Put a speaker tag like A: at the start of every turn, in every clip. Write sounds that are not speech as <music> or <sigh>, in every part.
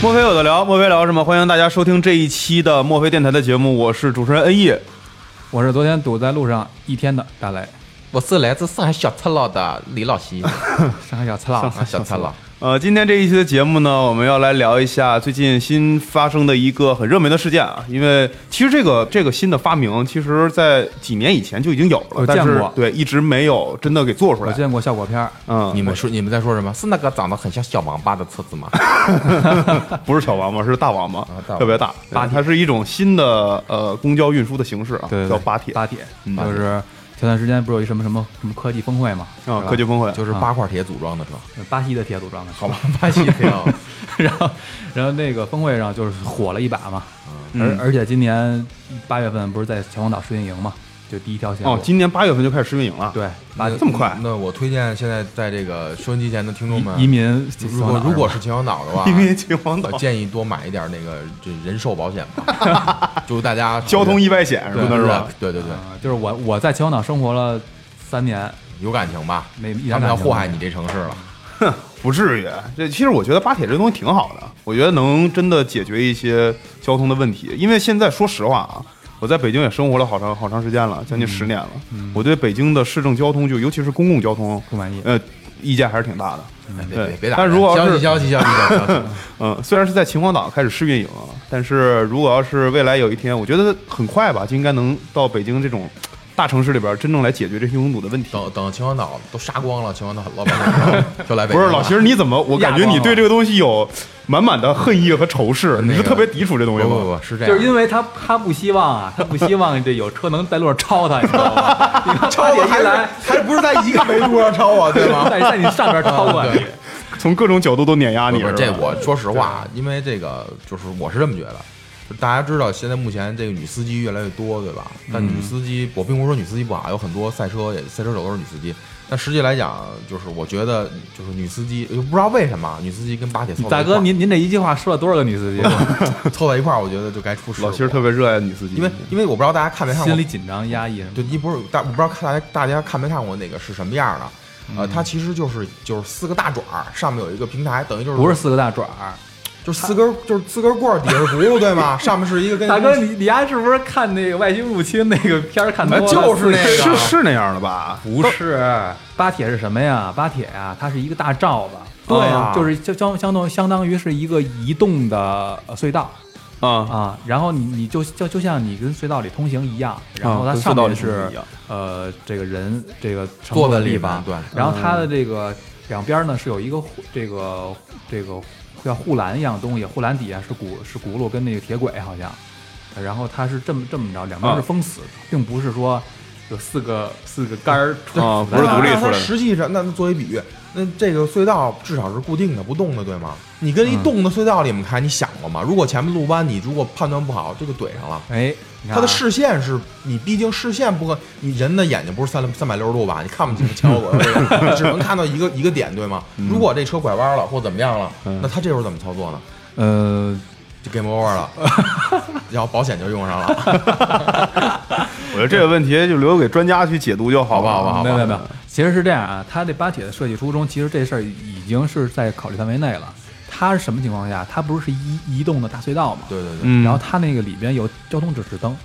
A: 墨菲有的聊，墨菲聊什么？欢迎大家收听这一期的墨菲电台的节目，我是主持人恩义。
B: 我是昨天堵在路上一天的大雷，
C: 我是来自上海小赤佬的李
A: <laughs>
C: 老西，
B: 上海小刺佬，
C: 啊，小赤佬，
A: 呃，今天这一期的节目呢，我们要来聊一下最近新发生的一个很热门的事件啊。因为其实这个这个新的发明，其实在几年以前就已经有了，
B: 我见
A: 但是
B: 过
A: 对一直没有真的给做出
B: 我
A: 来。
B: 见过效果片儿，
A: 嗯，
C: 你们说你们在说什么？是那个长得很像小王八的车子吗？
A: 不是小王八，是大王八，
B: 啊
C: 大王八
A: 特别大。
B: 巴铁
A: 它是一种新的呃公交运输的形式啊，
B: 对，对对
A: 叫巴铁
B: 巴铁，
A: 嗯
B: 就是前段时间不是有一什么什么什么科技峰会嘛，
A: 啊
B: 是，吧
A: 科技峰会。
C: 就是八块铁组装的车，
B: 巴西的铁组装的，
C: 好吧，巴西铁 <laughs> 啊，
B: <laughs> 然后然后那个峰会上就是火了一把嘛，
A: 嗯
B: 而而且今年八月份不是在秦皇岛试运营嘛，就第一条线路
A: 哦，嗯今年八月份就开始试运营了。，
B: 对巴
A: 这么快
C: 那我推荐现在在这个收音机前的听众们，
B: 移民，
C: 如果如果是秦皇岛的话，
A: <laughs> 因为秦皇岛
C: 我建议多买一点那个这人寿保险吧，
A: <laughs>
C: 就是大家
A: 交通意外险什
C: 对
A: 么的是吧？？
C: 对对对，
B: 啊就是我我在秦皇岛生活了三年，
C: 有感情吧？
B: 没一点
C: 他们要
B: 感情
C: 祸害
B: 没有
C: 你这城市了，
A: 不至于。这其实我觉得巴铁这东西挺好的，我觉得能真的解决一些交通的问题。因为现在说实话啊，我在北京也生活了好长好长时间了，将近十年了。我对北京的市政交通，就尤其是公共交通，
B: 不满意
A: 呃，意见还是挺大的。嗯
C: 别别
A: 对
C: 别别打
A: 但
C: 人！
A: 如果要
C: 消
A: 是
C: 息消息消息消息消息，
A: <laughs> 嗯，虽然是在秦皇岛开始试运营啊，但是如果要是未来有一天，我觉得很快吧，就应该能到北京这种大城市里边真正来解决这些拥堵的问题。
C: 等等秦皇岛都杀光了，秦皇岛老板娘就来北京
A: 不
C: 了
A: 是老秦，你怎么？我感觉你对这个东西有满满的恨意和仇视，你
C: 那
A: 是
C: 个
A: 特别抵触这
C: 不
A: 东西
C: 不
A: 吗？
C: 不是这样，
B: 就是因为他他不希望啊，他不希望这有车能在路上超他，你知道 <laughs> 吗？你看超
C: 超
B: 姐
C: 我
B: 一
C: 还是
B: 来，
C: 还不是在一个维度上超我，对吗？
B: <laughs>
C: 啊
B: 在在你上边超过你
C: 对，
A: 从各种角度都碾压你
C: 不。是
A: 是
C: 这
A: 吧
C: 我说实话，因为这个就是我是这么觉得。就大家知道，现在目前这个女司机越来越多，对吧？但女司机，我并不是说女司机不好，有很多赛车也赛车手都是女司机。但实际来讲，就是我觉得，就是女司机，就不知道为什么女司机跟巴铁凑在
B: 大
C: 一块
B: 哥
C: 儿
B: 您您这一句话说了多少个女司机？
C: 凑在一块儿，我觉得就该出事故。
A: 老秦特别热爱女司机，
C: 因为因为我不知道大家看没看
B: <laughs>
C: 过
B: 心里紧张压抑什么的？
C: 对，一不是大，我不知道大家大家看没看过那个是什么样的。
A: 嗯
C: 呃，它其实就是就是四个大爪儿，上面有一个平台，等于就是
B: 不是四个大爪儿，
C: 就是四根就是四根棍儿，底下是
A: <laughs>
C: 轱辘，对吗？上面是一个跟
B: 大哥你你丫是不是看那个外星入侵那个片儿看多
C: 哎
B: 了？
C: 就是那
A: 是
C: 个
A: 是那样的吧？
B: 不是巴铁是什么呀？巴铁呀、它是一个大罩子，
C: 对
B: 啊
C: 啊，
B: 就是相相相当相当于是一个移动的呃隧道。
A: 啊，
B: 啊，然后你你就就就像你跟隧道里通行一样，然后它
A: 啊跟
B: 上
A: 隧道
B: 面
A: 里
B: 是、
A: 通行一样
B: 呃这个人这个乘
C: 坐
B: 客
C: 在
B: 的地
C: 里面
B: 方，
C: 对
B: 然后它的
A: 嗯
B: 这个两边呢是有一个护这个这个像护栏一样的东西，护栏底下是轱是轱辘跟那个铁轨好像，然后它是这么这么着，两边是
A: 啊
B: 封死的，并不是说有四个四个杆儿
A: 对啊
B: 杵
A: 不是
B: 在
A: 独立
B: 那儿
A: 出来的
C: 那它实际上，那作为比喻，那这个隧道至少是固定的、不动的，对吗？你跟一
A: 嗯
C: 动的隧道里面开，你想过吗？如果前面路弯，你如果判断不好，这就怼上了。
B: 哎，你看
C: 它的
B: 啊
C: 视线是你，毕竟视线不可，你人的眼睛不是三三百六十度吧？你看不清前后左右这个，你只能看到一个一个点，对吗？如果这车拐弯了或怎么样了，那他这时候怎么操作呢？
B: 呃
C: 就 game over 了，然后保险就用上了。
A: 我觉得这个问题就留给专家去解读就好了，
C: 好吧好吧
B: 没有没有没有，其实是这样啊，它这巴铁的设计初衷，其实这事儿已经是在考虑范围内了。它是什么情况下？它不是是移移动的大隧道嘛？
C: 对对对，
A: 嗯，
B: 然后它那个里边有交通指示灯，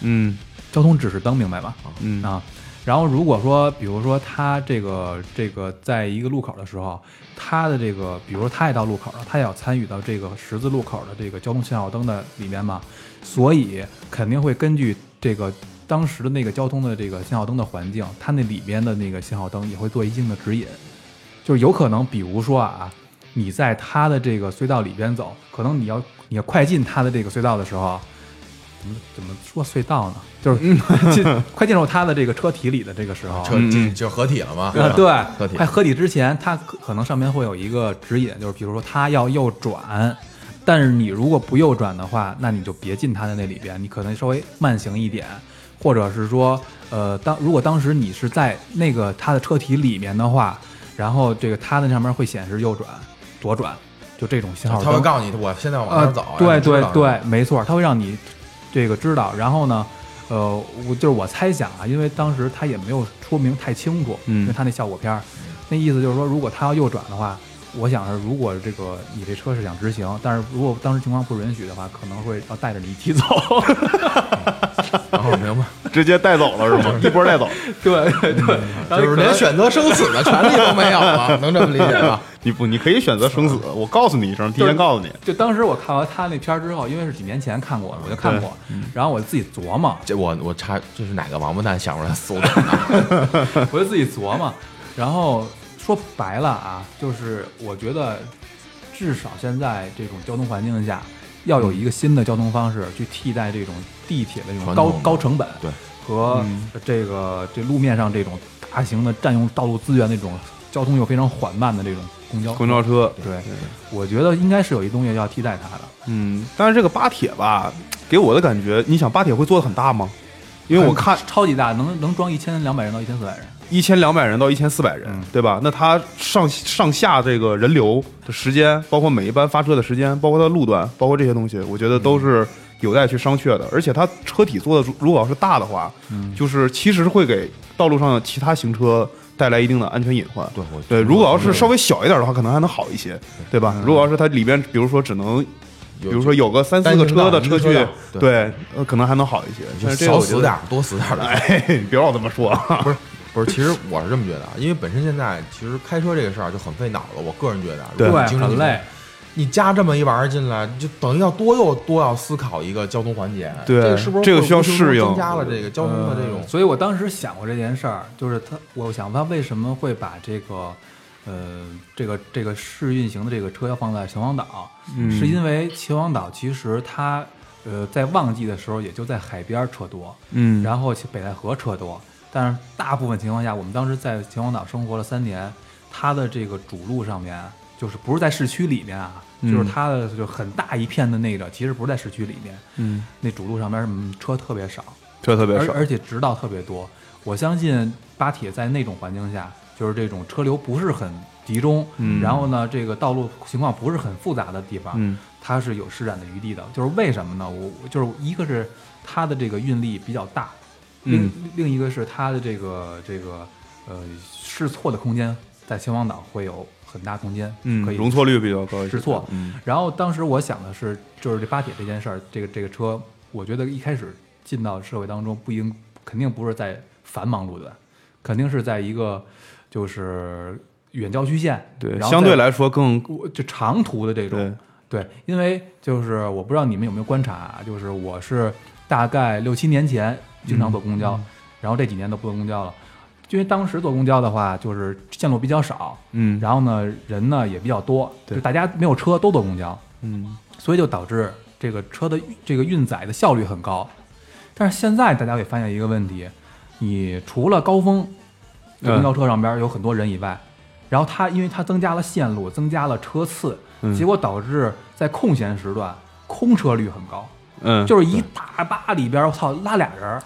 A: 嗯
B: 交通指示灯明白吧？
A: 嗯
B: 啊，然后如果说，比如说它这个这个在一个路口的时候，它的这个，比如说它也到路口了，它也要参与到这个十字路口的这个交通信号灯的里面嘛，所以肯定会根据这个当时的那个交通的这个信号灯的环境，它那里边的那个信号灯也会做一定的指引，就是有可能，比如说啊，你在它的这个隧道里边走，可能你要你要快进它的这个隧道的时候。啊怎么怎么说隧道呢？就是 <laughs> 进快进入他的这个车体里的这个时候，
C: 车就就合体了嘛。
B: 啊，嗯对，
C: 合体
B: 快合体之前，它可可能上面会有一个指引，就是比如说它要右转，但是你如果不右转的话，那你就别进它的那里边，你可能稍微慢行一点，或者是说，呃，当如果当时你是在那个它的车体里面的话，然后这个它的上面会显示右转、左转，就这种信号灯。
C: 他会告诉你，我现在往哪
B: 呃，
C: 儿走啊。
B: 对
C: 你知道
B: 对
C: 是吧
B: 对，没错，他会让你这个知道。然后呢，呃，我就是我猜想啊，因为当时他也没有说明太清楚，
A: 嗯
B: 因为他那效果片儿，那意思就是说，如果他要右转的话，我想是如果这个你这车是想直行，但是如果当时情况不允许的话，可能会要带着你一起走。 <laughs>
C: 然后哦明白，
A: 直接带走了是
C: <laughs>
A: 吗？一波带走，
B: 对对对，然后
C: 嗯就是连选择生死的权利都没有了，能这么理解吧？
A: 你不，你可以选择生死，我告诉你一声，提前告诉你。
B: 就当时我看完他那片儿之后，因为是几年前看过的，我就看过，
C: 嗯
B: 然后我自己琢磨，
C: 这我我插，这是哪个王八蛋想出来搜的？
B: 我就自己琢磨。然后说白了啊，就是我觉得，至少现在这种交通环境下，要有一个新的交通方式去替代这种地铁的这种
C: 传
B: 高
C: 统的
B: 高成本，
C: 对，
B: 和这个这路面上这种大型的占用道路资源的这种交通又非常缓慢的这种公交。
A: 公交车，
B: 对，我觉得应该是有一东西要替代它的。
A: 嗯，但是这个巴铁吧，给我的感觉，你想巴铁会做的很大吗？因为我看
B: 超级大，能能装一千两百人到一千四百人。
A: 一千两百人到一千四百人，对吧？那它上上下这个人流的时间，包括每一班发车的时间，包括它的路段，包括这些东西，我觉得都是有待去商榷的。而且它车体做的如如果要是大的话，就是其实会给道路上的其他行车带来一定的安全隐患。
C: 对我
A: 对，如果要是稍微小一点的话，可能还能好一些，对吧？如果要是它里边，比如说只能。比
C: 有
A: 如说有个三四
C: 单
A: 个
C: 行
A: 车
C: 道
A: 的
C: 一
A: 车
C: 个车
A: 距
C: 道，对
A: 对，呃可能还能好一些。但呃是这个
C: 少
A: 我觉
C: 死
A: 得
C: 点，儿，多死点儿
A: <laughs>
C: 的。
A: 哎，你别让我这么说 <laughs> 啊。
C: 不是不是，其实我是这么觉得，啊，因为本身现在其实开车这个事儿就很费脑子，我个人觉得啊，如果你精神
B: 很
C: 紧
B: 累。
C: 你加这么一玩意儿进来，就等于要多又多要思考一个交通环节，
A: 对
C: 这个是不是
A: 这个
C: 会
A: 需要
C: 无形中
A: 适应
C: 增加了这个交通的这种
A: 嗯
B: 呃所以我当时想过这件事儿，就是他，我想他为什么会把这个，呃，这个这个试运行的这个车要放在秦皇岛，
A: 嗯
B: 是因为秦皇岛其实它，呃，在旺季的时候也就在海边儿车多，
A: 嗯
B: 然后北戴河车多，但是大部分情况下，我们当时在秦皇岛生活了三年，它的这个主路上面，就是不是在市区里面啊，
A: 嗯
B: 就是它的就很大一片的那个，其实不是在市区里面，
A: 嗯，
B: 那主路上面嗯车特别少，
A: 车特别
B: 而
A: 少。
B: 而且直道特别多。我相信巴铁在那种环境下，就是这种车流不是很集中，然后呢，这个道路情况不是很复杂的地方，
A: 嗯
B: 它是有施展的余地的。就是为什么呢？我我就是一个是它的这个运力比较大，另、
A: 嗯
B: 另一个是它的这个这个呃试错的空间，在秦皇岛会有很大空间，
A: 嗯，
B: 可以
A: 容错率比较高一些，
B: 试错。
A: 嗯
B: 然后当时我想的是，就是这巴铁这件事儿，这个这个车，我觉得一开始进到社会当中，不应肯定不是在繁忙路段，肯定是在一个就是远郊区县，
A: 对，
B: 然后
A: 相对
B: 在
A: 来说更
B: 我就长途的这种，对，因为就是我不知道你们有没有观察啊，就是我是大概六七年前经常坐公交，
A: 嗯
B: 然后这几年都不坐公交了。因为当时坐公交的话，就是线路比较少，
A: 嗯
B: 然后呢，人呢也比较多，就大家没有车都坐公交，
A: 嗯，
B: 所以就导致这个车的运这个运载的效率很高。但是现在大家会发现一个问题，你除了高峰
A: 嗯
B: 公交车上边有很多人以外，然后它因为它增加了线路，增加了车次，
A: 嗯
B: 结果导致在空闲时段空车率很高，
A: 嗯，
B: 就是一大巴里边，我操，拉俩人儿，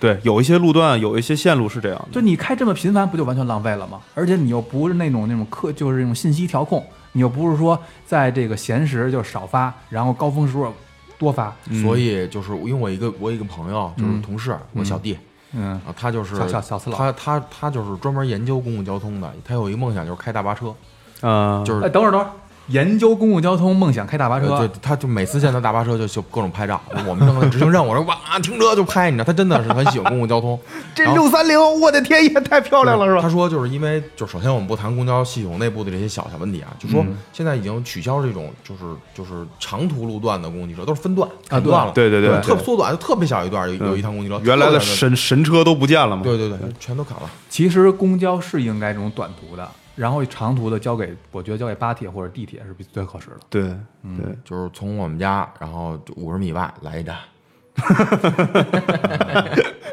A: 对，有一些路段，有一些线路是这样的，
B: 就你开这么频繁，不就完全浪费了吗？而且你又不是那种那种客，就是那种信息调控，你又不是说在这个闲时就少发，然后高峰时候多发，
A: 嗯
C: 所以就是因为我一个我有一个朋友就是同事，我小弟，
B: 嗯
C: 啊，他就是
B: 小小小次郎
C: 他他他就是专门研究公共交通的，他有一个梦想就是开大巴车，
A: 啊，
C: 就是
B: 哎，等会儿，等会儿，研究公共交通，梦想开大巴车。
C: 呃，对，他就每次见到大巴车就就各种拍照。我们正在执行任务，我说哇，停车就拍，你知道，他真的是很喜欢公共交通。
A: 这
C: 然后
A: 六三零，我的天，也太漂亮了，是吧？
C: 他说就是因为，就首先我们不谈公交系统内部的这些小小问题啊，就说现在已经取消这种就是就是长途路段的公共汽车，都是分段砍段了，
A: 对对对
C: 就是特
A: 对
C: 缩短，就特别小一段有有一趟公交车。
A: 原来
C: 特
A: 的
C: 别小一段
A: 神神车都不见了嘛，
C: 对对对，全都砍了。
B: 其实公交是应该这种短途的，然后长途的交给，我觉得交给巴铁或者地铁是比最合适的。
A: 对对，
C: <laughs> 就是从我们家，然后五十米外来一站，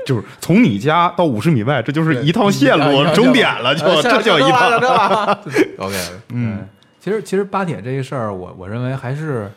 A: 就是从你家到五十米外，这就是
C: 对
A: 一趟线
C: 一
A: 路
C: 趟，
A: 终点了就
C: 呃
A: 这叫一趟。
C: <laughs> OK，
B: 嗯，其实其实巴铁这个事儿，我我认为还是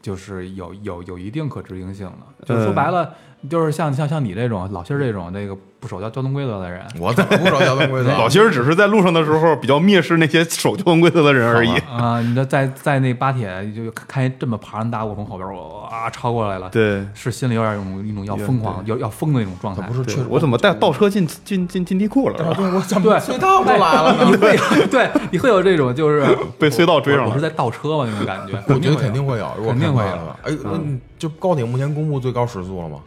B: 就是有有有一定可执行性的。就是说白了，就是像像像你这种老谢这种那个不守交交通规则的 <laughs> 人，
C: 我怎么不守交通规则？
A: 老
C: 心
A: 心儿只是在路上的时候比较蔑视那些守交通规则的人而已。
B: 啊、你这在在那巴铁就看见这么庞然大物从后边我啊超过来了，，
A: 对，
B: 是心里有点一种一种要疯狂、要要疯的那种状态。
C: 不是
A: 对
C: 确实
A: 我怎么带倒车进进进进地库了？是吧
C: 对我怎
B: 对
C: 么隧道都来了呢？
B: 你会有对你会有这种就是
A: 被隧道追上
B: 我我是
A: 了。
B: 在倒车吗？那种感觉，
C: 我觉得肯
B: 会有
C: 定会有，如果
B: 哎肯定
C: 看
B: 会
C: 快
B: 有
C: 了吧。哎，那你就高铁目前公布最高时速了吗？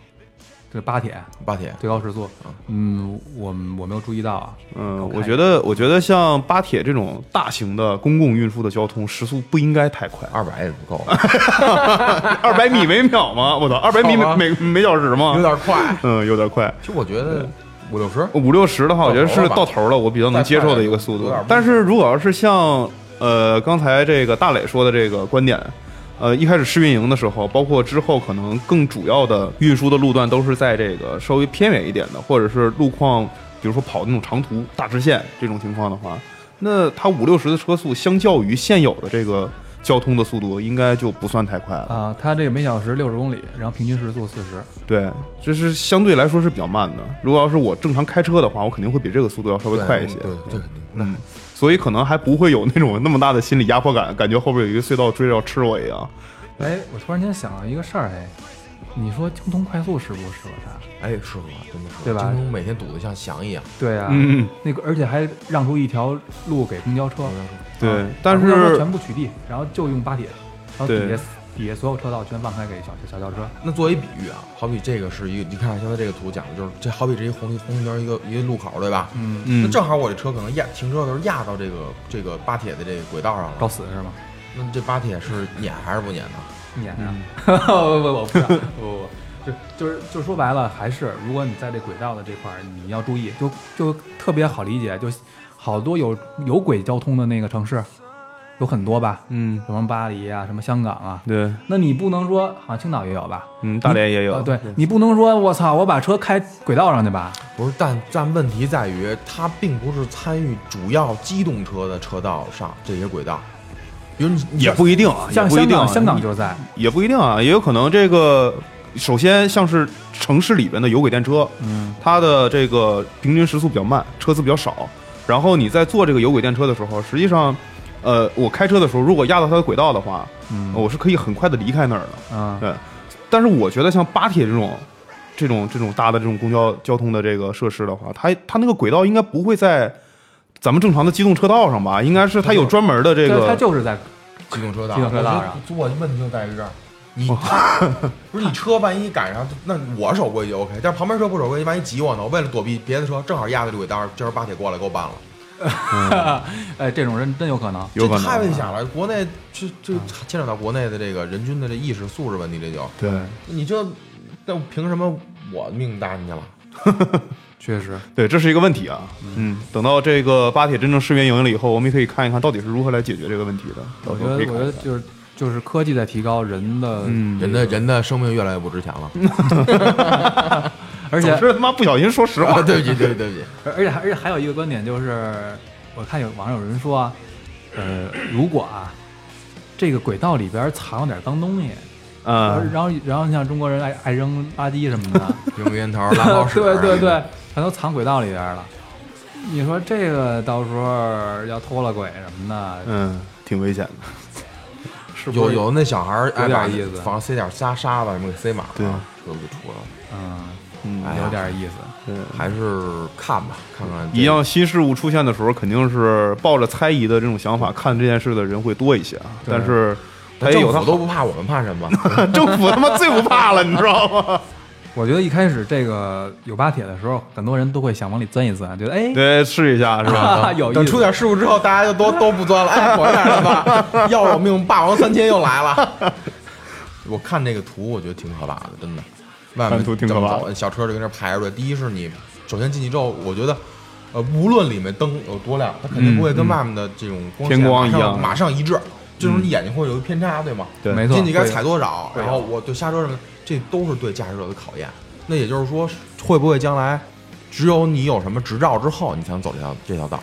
B: 这巴铁
C: 巴铁
B: 最高时速，嗯，我我没有注意到啊，
A: 嗯，
B: 看
A: 我觉得，我觉得像巴铁这种大型的公共运输的交通，时速不应该太快，
C: 二百也不够，
A: 二百米每秒吗？我操，二百米
C: 好吧
A: 每每每小时 <laughs> 吗？
C: 有点快。
A: 嗯，有点快。
C: 其实我觉得五六十，
A: 五六十的话，我觉得是到
C: 到头
A: 头
C: 了吧
A: 了，我比较能接受的一个速
C: 有
A: 度
C: 点。闷
A: 但是如果要是像呃刚才这个大磊说的这个观点，呃一开始试运营的时候，包括之后可能更主要的运输的路段都是在这个稍微偏远一点的，或者是路况，比如说跑那种长途大直线这种情况的话，那它五六十的车速相较于现有的这个交通的速度，应该就不算太快了。
B: 啊，它这个每小时六十公里，然后平均时速四十。
A: 对，这是相对来说是比较慢的。如果要是我正常开车的话，我肯定会比这个速度要稍微
C: 对
A: 快一些。
C: 对对，那
A: 嗯，所以可能还不会有那种那么大的心理压迫感，感觉后边有一个隧道追着要吃我一样。
B: 哎，我突然间想到一个事儿，哎，你说交通快速适不适合它？
C: 哎适合，真的是，
B: 对吧
C: 京东每天堵得像翔一样，
B: 对啊，
A: 嗯，
B: 那个而且还让出一条路给公交车，
A: 对
B: 啊
A: 但是
B: 把公交车全部取缔，然后就用巴铁，然后底
A: 对
B: 下底下所有车道全放开给小小轿车。
C: 那作为比喻啊，好比这个是一个，你看现在这个图讲的就是这，好比这一红绿红绿灯一个一个路口，对吧？
B: 嗯，
A: 嗯
C: 那正好我这车可能压停车的时候压到这个这个巴铁的这个轨道上
B: 找
C: 了，
B: 死是吗？
C: 那这巴铁是撵还是不撵呢？
B: 撵啊！我我我不是啊，我我就就是就是说白了，还是如果你在这轨道的这块儿，你要注意，就就特别好理解，就好多有有轨交通的那个城市，有很多吧，
A: 嗯，
B: 什么巴黎啊，什么香港啊，
A: 对，
B: 那你不能说，好像青岛也有吧？
A: 嗯，大连也有，
B: 呃对你不能说我操，我把车开轨道上去吧？
C: 不是，但但问题在于它并不是参与主要机动车的车道上这些轨道，比如你
A: 也不一定啊，也
B: 像
A: 不一
B: 香
A: 定啊
B: 港，香港就在，
A: 也不一定啊，也有可能这个。首先，像是城市里边的有轨电车，
B: 嗯，
A: 它的这个平均时速比较慢，车次比较少。然后你在坐这个有轨电车的时候，实际上，呃，我开车的时候，如果压到它的轨道的话，
B: 嗯
A: 我是可以很快的离开那儿的。
B: 嗯，
A: 对，但是我觉得像巴铁这种、这种、这种大的这种公交交通的这个设施的话，它它那个轨道应该不会在咱们正常的机动车道上吧？应该是它有专门的这
B: 它它
A: 个，
B: 就是在
C: 机动车道，
B: 机动车道上
C: 我觉得我问题就在于这儿，你 <laughs> 不是你车万一赶上，那我守规矩 OK，但是旁边车不守规矩，万一挤我呢？我为了躲避别的车，正好压在这轨道，这时候巴铁过来给我办了，
B: 哎，这种人真有可能。啊
A: 有可
C: 这太危险
A: 能。啊
C: 了。国内这这牵扯到国内的这个人均的这意识素质问题，这就
A: 对
C: 你这那凭什么我命搭进去了？
B: 确实，
A: 对，这是一个问题啊。嗯，等到这个巴铁真正试运营了以后，我们也可以看一看到底是如何来解决这个问题的。
B: 我觉
A: 到时候
B: 得
A: 可以
B: 我
A: 看
B: 觉得就是就是科技在提高人的，
A: 嗯，
C: 人的人的生命越来越不值
B: <laughs>
C: 钱了。 <laughs>
B: 而且
A: 总是他妈不小心说实话
C: 啊，。对不起，对不起，对不起。
B: 而而且还而且还有一个观点就是，我看有网上有人说啊，呃，如果啊，这个轨道里边藏了点脏东西，
A: 嗯，
B: 然后然后像中国人爱爱扔垃圾什么的，
C: 扔烟头、
B: <laughs>
C: 拉包 <laughs> 屎，啊
B: 对对对，全都藏轨道里边了。你说这个到时候要脱了轨什么的，
A: 嗯，挺危险的。
B: 是不
C: 有
B: 是
C: 有那小孩儿爱把
B: 有点意思
C: 防塞点沙沙子什么给塞满了，
A: 对
C: 车子就出来了。
B: 嗯
A: 嗯，
C: 哎呀
B: 有点意思，
A: 对。
C: 还是看吧，看看这
A: 一样新事物出现的时候，肯定是抱着猜疑的这种想法看这件事的人会多一些啊。
B: 对
A: 但是他
C: 那
A: 也
C: 政
A: 有他
C: 府都不怕，我们怕什么？
A: 好政府他 <laughs> 妈最不怕了，你知道吗？
B: 我觉得一开始这个有巴铁的时候，很多人都会想往里钻一钻，觉得
A: <laughs>
B: 哎，
A: 对，试一下是 <laughs> 吧？
B: 哈哈 <laughs> 有
C: 等
B: 意
C: 出
B: 思。
C: 点事故之后，大家就都都不钻了。哎，我点什么？要我命，霸王三千又来了。 <laughs> 我看这个图，我觉得挺可怕的，真的。外面
A: 看图挺可怕的
C: 这么走小车就跟那排着队。第一是你首先进去之后，我觉得，呃，无论里面灯有多亮，它肯定不会跟外面的这种嗯光线
A: 天光
C: 马上
A: 一样
C: 马上一致，这种你眼睛会有一个偏差，对吗？
A: 对，
B: 没错
C: 进去该
B: 会有
C: 踩多少，然后我对刹车什么的，这都是对驾驶者的考验。那也就是说，会不会将来只有你有什么执照之后，你才能走这条这条道？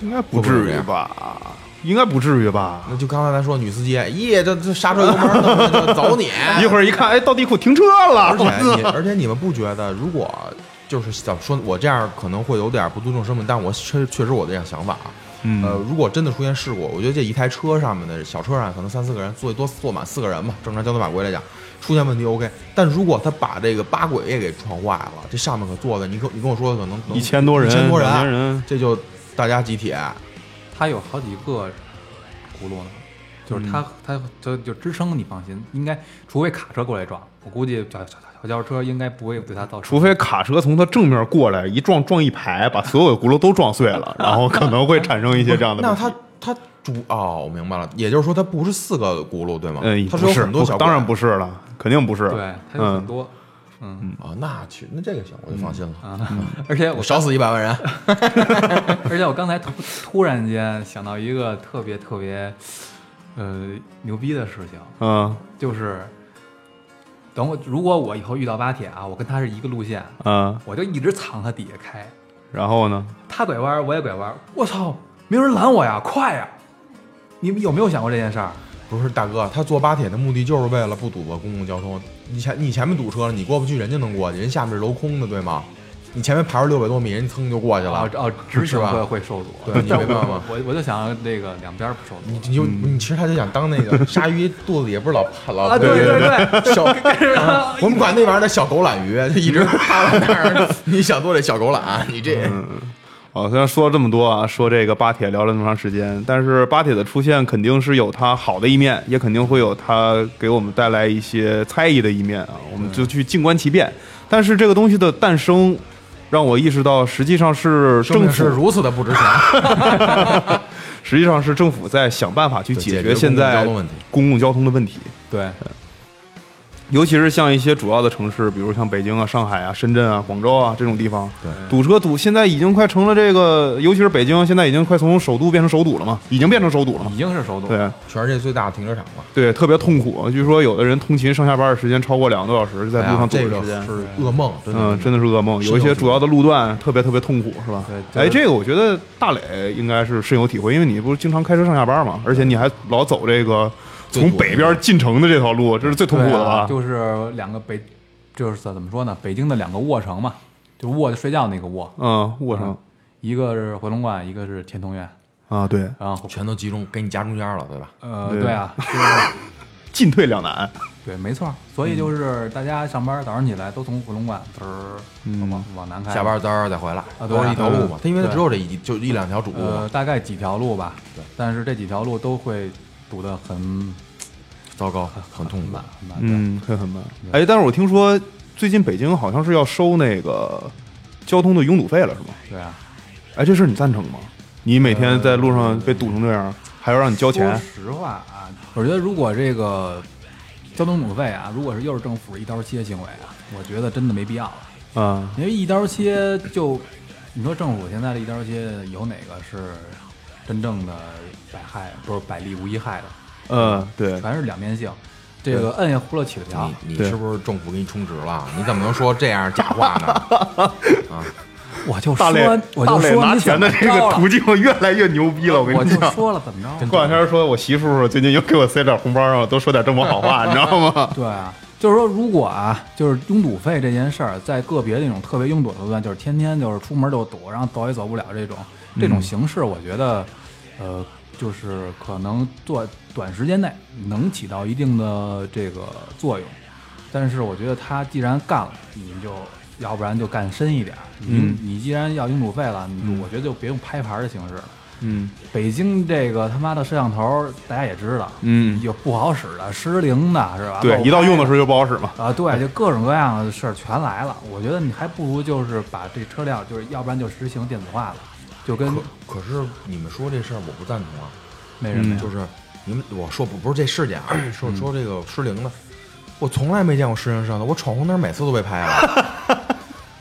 A: 应该不至于吧？应该不至于吧？
C: 那就刚才咱说女司机，耶，这这刹车油门儿弄的就走你
A: <laughs> 一会儿一看，哎，到地库停车了，
C: 而
A: 我
C: 且你，
A: 操！
C: 而且你们不觉得，如果就是怎么说，我这样可能会有点不尊重生命，但我确确实我这样想法啊。
A: 嗯
C: 呃，如果真的出现事故，我觉得这一台车上面的小车上可能三四个人，最多坐满四个人吧，正常交通法规来讲，出现问题 OK。但如果他把这个八轨也给撞坏了，这上面可坐的，你跟你跟我说可能能
A: 一千多人，
C: 一千多人
A: 两
C: 啊，
A: 千人，
C: 这就大家集体啊
B: 它有好几个轱辘呢，就是它
A: 嗯
B: 它就就支撑，你放心，应该除非卡车过来撞，我估计小小小轿车应该不会对它造成，
A: 除非卡车从他正面过来，一撞撞一排，把所有的轱辘都撞碎 <laughs> 了，然后可能会产生一些这样的
C: 那
A: 问题。
C: 他他主哦，我明白了，也就是说他不是四个轱辘对吗？
A: 嗯，
C: 他
A: 不
C: 有
A: 是，
C: 很多
A: 不
C: 小，
A: 当然不是了，肯定不是。
B: 对它有很
A: 嗯，
B: 多，嗯
C: 啊、那去那这个行，我就放心了。
B: 啊， <laughs> 而
A: 嗯
B: 且
C: 我
B: 我
C: 少死一百万人， <laughs>
B: 而且我刚才突突然间想到一个特别特别呃牛逼的事情，
A: 嗯
B: 就是等我如果我以后遇到巴铁啊，我跟他是一个路线，
A: 嗯，
B: 我就一直藏他底下开，
A: 然后呢？
B: 他拐弯我也拐弯，我操，没有人拦我呀，快呀！你们有没有想过这件事儿？
C: 不是大哥，他坐巴铁的目的就是为了不堵塞公共交通。你前你前面堵车了，你过不去，人家能过去，人下面是镂空的，对吗？你前面排了六百多米，人蹭就过去了
A: 啊
B: 哦。哦，直行
C: 是吧
B: 会会受阻，
C: 对你明白吗
B: 我我就想要那个两边不受 <laughs>
C: 你
B: 阻。
C: 你就
A: 嗯
C: 你其实他就想当那
A: <laughs>
C: 个鲨鱼，肚子里也不是老怕老
B: 啊，对对对，
C: 小，
B: 啊
C: 我们管那玩意儿叫小狗懒鱼，就一直趴在那
A: <laughs>
C: 儿。你想做这小狗懒，你这
A: 哦，虽然说了这么多啊，说这个巴铁聊了那么长时间，但是巴铁的出现肯定是有它好的一面，也肯定会有它给我们带来一些猜疑的一面啊，我们就去静观其变。嗯但是这个东西的诞生，让我意识到实际上是
C: 生
A: 政
C: 命
A: 府，
C: 是如此的不值钱。
A: 实际上是政府在想办法去
C: 对
A: 解
C: 解决
A: 决现在
C: 公共交通问题
A: 公共交通的问题。
B: 对，
A: 尤其是像一些主要的城市，比如像北京啊、上海啊、深圳啊、广州啊这种地方，
C: 对
A: 堵车堵现在已经快成了这个，尤其是北京，现在已经快从首都变成首堵了嘛，已经变成首堵了嘛
B: 已，经是手堵。
A: 对
C: 全世界最大的停车场嘛，
A: 对，特别痛苦。据说有的人通勤上下班的时间超过两个多小时，就在路上堵
C: 这
A: 的
C: 个
A: 时间。
C: 是噩梦，真的
A: 嗯，真的是噩梦。有一些主要的路段特别特别痛苦，是吧？
B: 对
A: 哎，这个我觉得大磊应该是深有体会，因为你不是经常开车上下班嘛，而且你还老走这个
C: 最
A: 从
C: 堵的
A: 北边进城的这条路，这是最痛苦
B: 对
A: 的
B: 啊
A: 吧？
B: 就是两个北，就是怎么说呢？北京的两个卧城嘛，就卧睡觉那个卧，
A: 嗯，卧城
B: 一个是回龙观，一个是天通苑。
A: 啊，对，
B: 然后，
C: 全都集中给你夹中间了，对吧？
B: 呃，
A: 对
B: 对啊，就是
A: 进退两难。
B: 对，没错儿。所以就是大家上班早上起来都从回龙观嘚儿往往南
A: 哎
B: 开，
C: 下班儿滋儿再回来，
A: 啊
B: 对
C: 都是一条路嘛
B: 对。
C: 它因为它只有这一就一两条主路
B: 呃
A: 嗯
C: 嘛，
B: 大概几条路吧。对，但是这几条路都会堵得很
C: 糟糕，很痛苦
B: 满。很满。对，
A: 嗯，会很慢。哎，但是我听说最近北京好像是要收那个交通的拥堵费了，是吗？
B: 对啊。
A: 哎，这事儿你赞成吗？你每天在路上被堵成这样，还要让你交
B: 说
A: 钱？
B: 实话啊，我觉得如果这个交通堵费啊，如果是又是政府一刀切行为啊，我觉得真的没必要了。
A: 啊，
B: 因为一刀切就，你说政府现在的一刀切有哪个是真正的百害不是百利无一害的，
A: 嗯，对，
B: 全是两面性。这个摁下葫芦起了条，
C: 你你
A: 啊对
C: 是不是政府给你充值了？你怎么能说这样假话呢？
A: <laughs>
B: 我就
A: 大
B: 说
A: 磊，
B: 我
A: 大
B: 就
A: 磊
B: 说
A: 拿
B: 你
A: 钱
B: 怎
A: 的
B: 么
A: 这
B: 着
A: 个
B: 了
A: 途，径越来越牛逼了，我
B: 我
A: 跟你
B: 就
A: 讲。
B: 说了怎么着了。啊
A: 过两天说我媳妇儿最近又给我塞点红包啊，我多说点正经好话，你知道吗？
B: <laughs> 对啊，就是说，如果啊，就是拥堵费这件事儿，在个别那种特别拥堵的路段，就是天天就是出门就堵，然后走也走不了这种
A: 嗯
B: 这种形式，我觉得，呃，就是可能做短时间内能起到一定的这个作用，但是我觉得他既然干了，你就要不然就干深一点儿。你、
A: 嗯
B: 你既然要拥堵费了，你我觉得就别用拍牌儿的形式了。
A: 嗯
B: 北京这个他妈的摄像头，大家也知道，
A: 嗯
B: 有不好使的、失灵的，是吧？
A: 对，一到用的时
B: 候
A: 候就不好使嘛。
B: 啊，对，就各种各样的事儿全来了。我觉得你还不如就是把这车辆，就是要不然就实行电子化了，就跟
A: 嗯
C: 可可是你们说这事儿我不赞同啊，
B: 没
A: 嗯
B: 人没
C: 就
B: 有。
C: 是你们我说不不是这事件啊，
A: <clears throat>
C: 说说这个失灵的，我从来没见过失灵摄像头，我闯红灯每次都被拍啊。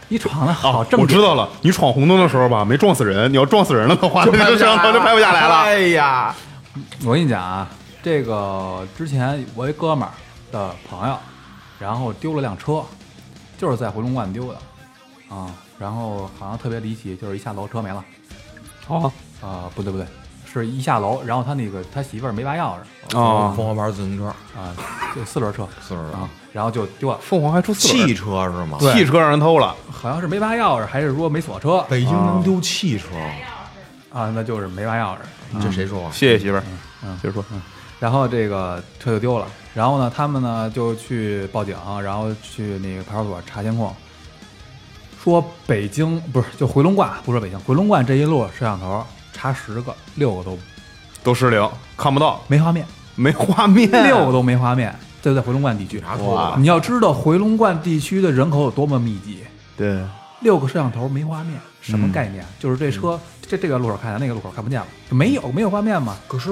B: 你闯的好正
A: 啊我
B: 经
A: 知，道了，你闯红灯的时候吧，没撞死人，你要撞死人了的话，这个摄像 <laughs> 头就拍不下 <laughs> 来了。
C: <laughs>
A: 啊
C: 哎呀，
B: 我跟你讲啊，这个之前我一哥们儿的朋友，然后丢了辆车，就是在回龙观丢的，啊、然后好像特别离奇，就是一下楼车没了，
D: 哦，
B: 啊、不对不对，是一下楼，然后他那个他媳妇儿没拔钥匙，
A: 哦
C: 凤凰牌自行车，
B: 啊、就四轮车，
C: 四轮车
B: 啊，然后就丢了，
A: 凤凰还出四轮
C: 汽车是吗？
A: 汽车让人偷了，
B: 好像是没拔钥匙，还是说没锁车
C: 北京能丢汽车？
B: 啊？那就是没拔钥匙，
C: 这谁说话？
A: 谢谢媳妇儿。
B: 嗯
A: 接着说，
B: 然后这个车就丢了，然后呢，他们呢就去报警，然后去那个派出所查监控，说北京不是就回龙观，不说北京，回龙观这一路摄像头查十个，六个都
A: 都失灵，看不到，
B: 没画面，
A: 没画面，
B: 六个都没画面，这就在回龙观地区
C: 警。察说
A: 哇
C: 的吧？
B: 你要知道回龙观地区的人口有多么密集，
A: 对，
B: 六个摄像头没画面，什么概念？就是这车这这个路口看见，那个路口看不见了，就没有没有画面嘛。
C: 可是